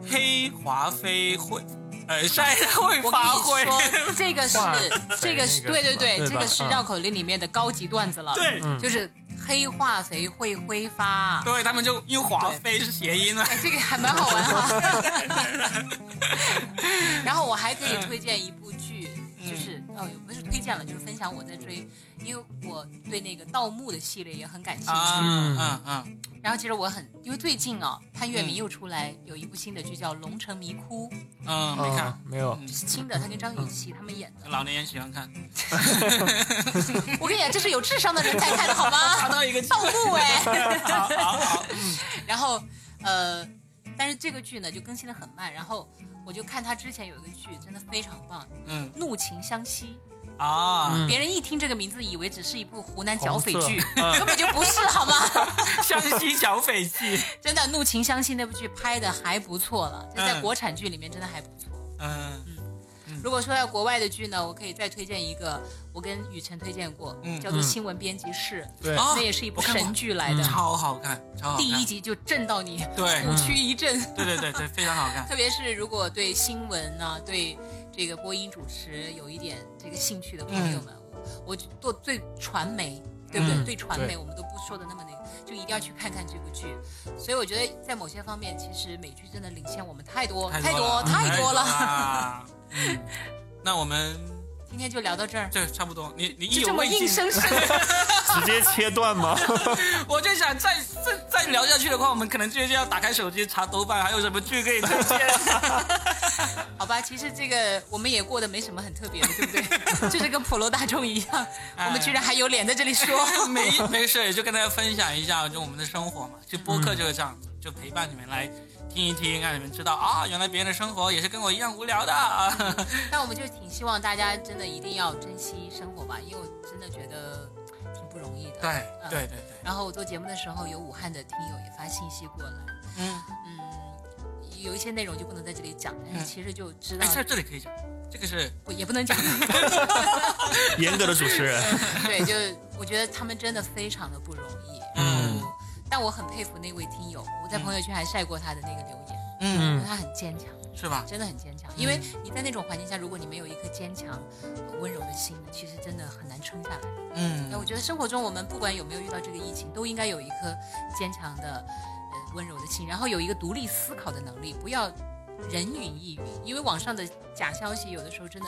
Speaker 2: 黑华妃会。呃，晒得会
Speaker 3: 我跟
Speaker 2: 发灰 [laughs]
Speaker 3: 你，说，这个是
Speaker 4: 画
Speaker 3: 这个是
Speaker 4: 那
Speaker 3: 对对对，
Speaker 4: 个是吧对吧
Speaker 3: 这个是
Speaker 4: 嗯
Speaker 3: 绕口令里面的高级段子了。，
Speaker 2: 对，
Speaker 4: 嗯
Speaker 3: 就是黑化肥会挥发。
Speaker 2: 对他们就用华妃是谐音了。
Speaker 3: 哎，这个还蛮好玩哈。
Speaker 2: [laughs]
Speaker 3: 然后我还可以推荐一部剧，
Speaker 2: 嗯
Speaker 3: 就是哦，也不是推荐了，就是分享我在追，因为我对那个盗墓的系列也很感兴趣。
Speaker 2: 啊，
Speaker 4: 嗯
Speaker 2: 嗯嗯，
Speaker 3: 然后其实我很，因为最近啊，潘粤明
Speaker 2: 嗯
Speaker 3: 又出来有一部新的剧叫《龙城迷窟
Speaker 2: 嗯，没看
Speaker 4: 嗯，，没有，》，
Speaker 3: 是新的，他跟张雨绮他们演的。
Speaker 2: 老年人喜欢看，
Speaker 3: 我跟你讲，这是有智商的人才看的好吗？
Speaker 2: [laughs] 到一个
Speaker 3: 盗墓哎。
Speaker 2: 好好好，
Speaker 3: 然后呃，但是这个剧呢就更新的很慢，然后我就看他之前有一个剧真的非常棒，
Speaker 2: 嗯
Speaker 3: 《怒晴湘西》。
Speaker 2: 啊，
Speaker 4: 嗯
Speaker 3: 别人一听这个名字，以为只是一部湖南剿
Speaker 4: 红
Speaker 3: 匪
Speaker 4: 色
Speaker 3: 剧， [laughs] 根本就不是，好吗？
Speaker 2: 湘西小匪气，
Speaker 3: 真的，《怒晴湘西》那部剧拍的还不错了，这在
Speaker 2: 嗯
Speaker 3: 国产剧里面真的还不错。
Speaker 2: 嗯
Speaker 3: 如果说要国外的剧呢，我可以再推荐一个，我跟雨辰推荐过，
Speaker 2: 嗯
Speaker 3: 叫做《
Speaker 4: 嗯
Speaker 3: 新闻编辑室》，
Speaker 4: 对
Speaker 2: 啊
Speaker 3: 那也是一部
Speaker 2: 我看过
Speaker 3: 神剧来的，
Speaker 4: 嗯
Speaker 2: 超好看，超好看，
Speaker 3: 第一，集就震到你
Speaker 2: 对
Speaker 3: [laughs] 虎躯一震。
Speaker 2: 对对对对，非常好看，
Speaker 3: 特别是如果对新闻呢、对这个播音主持有一点这个兴趣的朋友们，我做对传媒，对不对？
Speaker 4: 嗯
Speaker 3: 嗯对传媒，
Speaker 4: 对
Speaker 3: 我们都不说的那么那个，就一定要去看看这部剧。所以我觉得在某些方面，其实美剧真的领先我们太多太多
Speaker 2: 多
Speaker 3: 太多了。
Speaker 2: 了，嗯，那我们
Speaker 3: 今天就聊到这儿，
Speaker 2: 这差不多，你你意
Speaker 3: 就
Speaker 2: 犹
Speaker 3: 这么
Speaker 2: 未
Speaker 3: 硬
Speaker 2: 尽，
Speaker 3: 生 [laughs] 生。
Speaker 4: 直接切断 [laughs] 吗？
Speaker 2: 我就想再再再聊下去的话，我们可能就要打开手机查豆瓣还有什么剧可以推荐，
Speaker 3: 好吧，其实这个我们也过得没什么很特别的，对不对？ [laughs] 就是跟普罗大众一样，我们居然还有脸在这里说。
Speaker 2: [laughs] 没没事，也就跟大家分享一下就我们的生活嘛。就播客就是这样子，就陪伴你们来听一听，让你们知道啊，原来别人的生活也是跟我一样无聊的啊。
Speaker 3: 但我们就挺希望大家真的一定要珍惜生活吧，因为我真的觉得挺不容易的。
Speaker 2: 对
Speaker 3: 嗯
Speaker 2: 对对对，
Speaker 3: 然后我做节目的时候，有武汉的听友也发信息过来，
Speaker 2: 嗯，
Speaker 3: 嗯，有一些内容就不能在这里讲，但是其实就知道
Speaker 2: 哎，这这里可以讲，这个是
Speaker 3: 不也不能讲。 [laughs]
Speaker 4: 严格的主持人，
Speaker 3: 对，就我觉得他们真的非常的不容易。
Speaker 2: 嗯
Speaker 3: 嗯，但我很佩服那位听友，我在朋友圈还晒过他的那个留言，
Speaker 2: 嗯
Speaker 3: 他很坚强，
Speaker 2: 是吧？
Speaker 3: 真的很坚强。因为你在那种环境下，如果你没有一颗坚强、呃温柔的心，其实真的很难撑下来。那
Speaker 2: 嗯
Speaker 3: 我觉得生活中我们不管有没有遇到这个疫情，都应该有一颗坚强的、呃温柔的心，然后有一个独立思考的能力，不要人云亦云。因为网上的假消息有的时候真的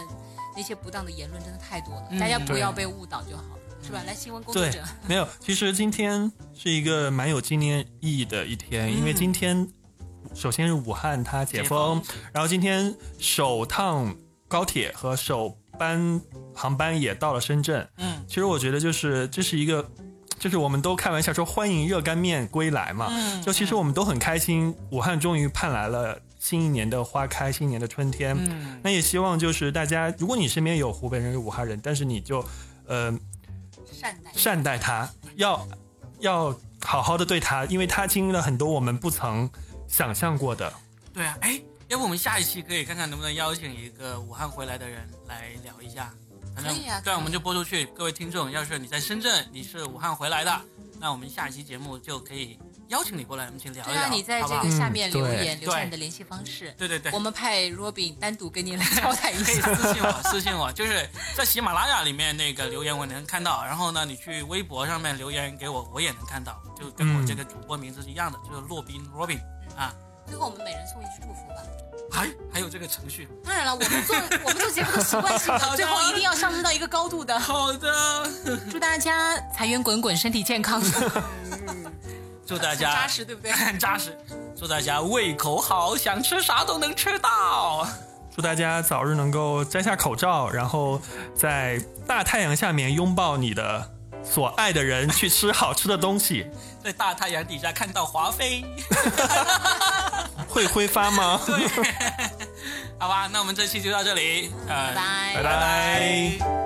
Speaker 3: 那些不当的言论真的太多了，
Speaker 2: 嗯
Speaker 3: 大家不
Speaker 4: 对
Speaker 3: 要被误导就好，是吧？来，新闻工作
Speaker 4: 对
Speaker 3: 者，
Speaker 4: 没有。其实今天是一个蛮有纪念意义的一天，因为今天首先是武汉它解封，然后今天首趟高铁和首班航班也到了深圳。
Speaker 2: 嗯
Speaker 4: 其实我觉得就是这是一个，就是我们都开玩笑说欢迎热干面归来嘛。
Speaker 2: 嗯
Speaker 4: 就其实我们都很开心，武汉终于盼来了新一年的花开，新一年的春天。
Speaker 2: 嗯
Speaker 4: 那也希望就是大家，如果你身边有湖北人、有武汉人，但是你就，呃，
Speaker 3: 善待。
Speaker 4: 善待他，要要好好的对他，因为他经历了很多我们不曾想象过的。
Speaker 2: 对啊，哎，要不我们下一期可以看看能不能邀请一个武汉回来的人来聊一下。反正
Speaker 3: 可以啊
Speaker 2: 对，
Speaker 3: 可以
Speaker 2: 我们就播出去。各位听众，要是你在深圳，你是武汉回来的，那我们下一期节目就可以邀请你过来，我们一起聊
Speaker 3: 就
Speaker 2: 一聊，
Speaker 3: 让你在
Speaker 2: 哎好
Speaker 3: 这
Speaker 2: 不好
Speaker 3: 个？下面留
Speaker 4: 嗯
Speaker 3: 言，
Speaker 2: 对
Speaker 3: 留下你的联系方式。
Speaker 2: 对对对
Speaker 3: 我，们派 Robin 单独跟你来交代一
Speaker 2: 可以
Speaker 3: 下。
Speaker 2: 私信我，私信我，就是在喜马拉雅里面那个留言我能看到，然后呢，你去微博上面留言给我，我也能看到，就跟我这个主播名字是一样的，就是洛宾 Robin 啊，
Speaker 3: 最后我们每人送一句祝福吧。
Speaker 2: 还还有这个程序。
Speaker 3: 当然了，我们做我们做节目的习惯性啊的，最后一定要上升到一个高度的。
Speaker 2: 好的，
Speaker 3: 祝大家财源滚滚，身体
Speaker 2: [laughs]
Speaker 3: 健康，
Speaker 2: 祝大家
Speaker 3: 扎实，
Speaker 2: [laughs]
Speaker 3: 对不对？
Speaker 2: 很扎实，祝大家胃口好，想吃啥都能吃到。 [laughs]
Speaker 4: 祝大家早日能够摘下口罩，然后在大太阳下面拥抱你的所爱的人，去吃好吃的东西。
Speaker 2: 在大太阳底下看到华妃，
Speaker 4: 会挥发吗？
Speaker 3: [laughs]
Speaker 2: 好吧，那我们这期就到这里，呃，
Speaker 3: 拜拜
Speaker 4: 拜拜。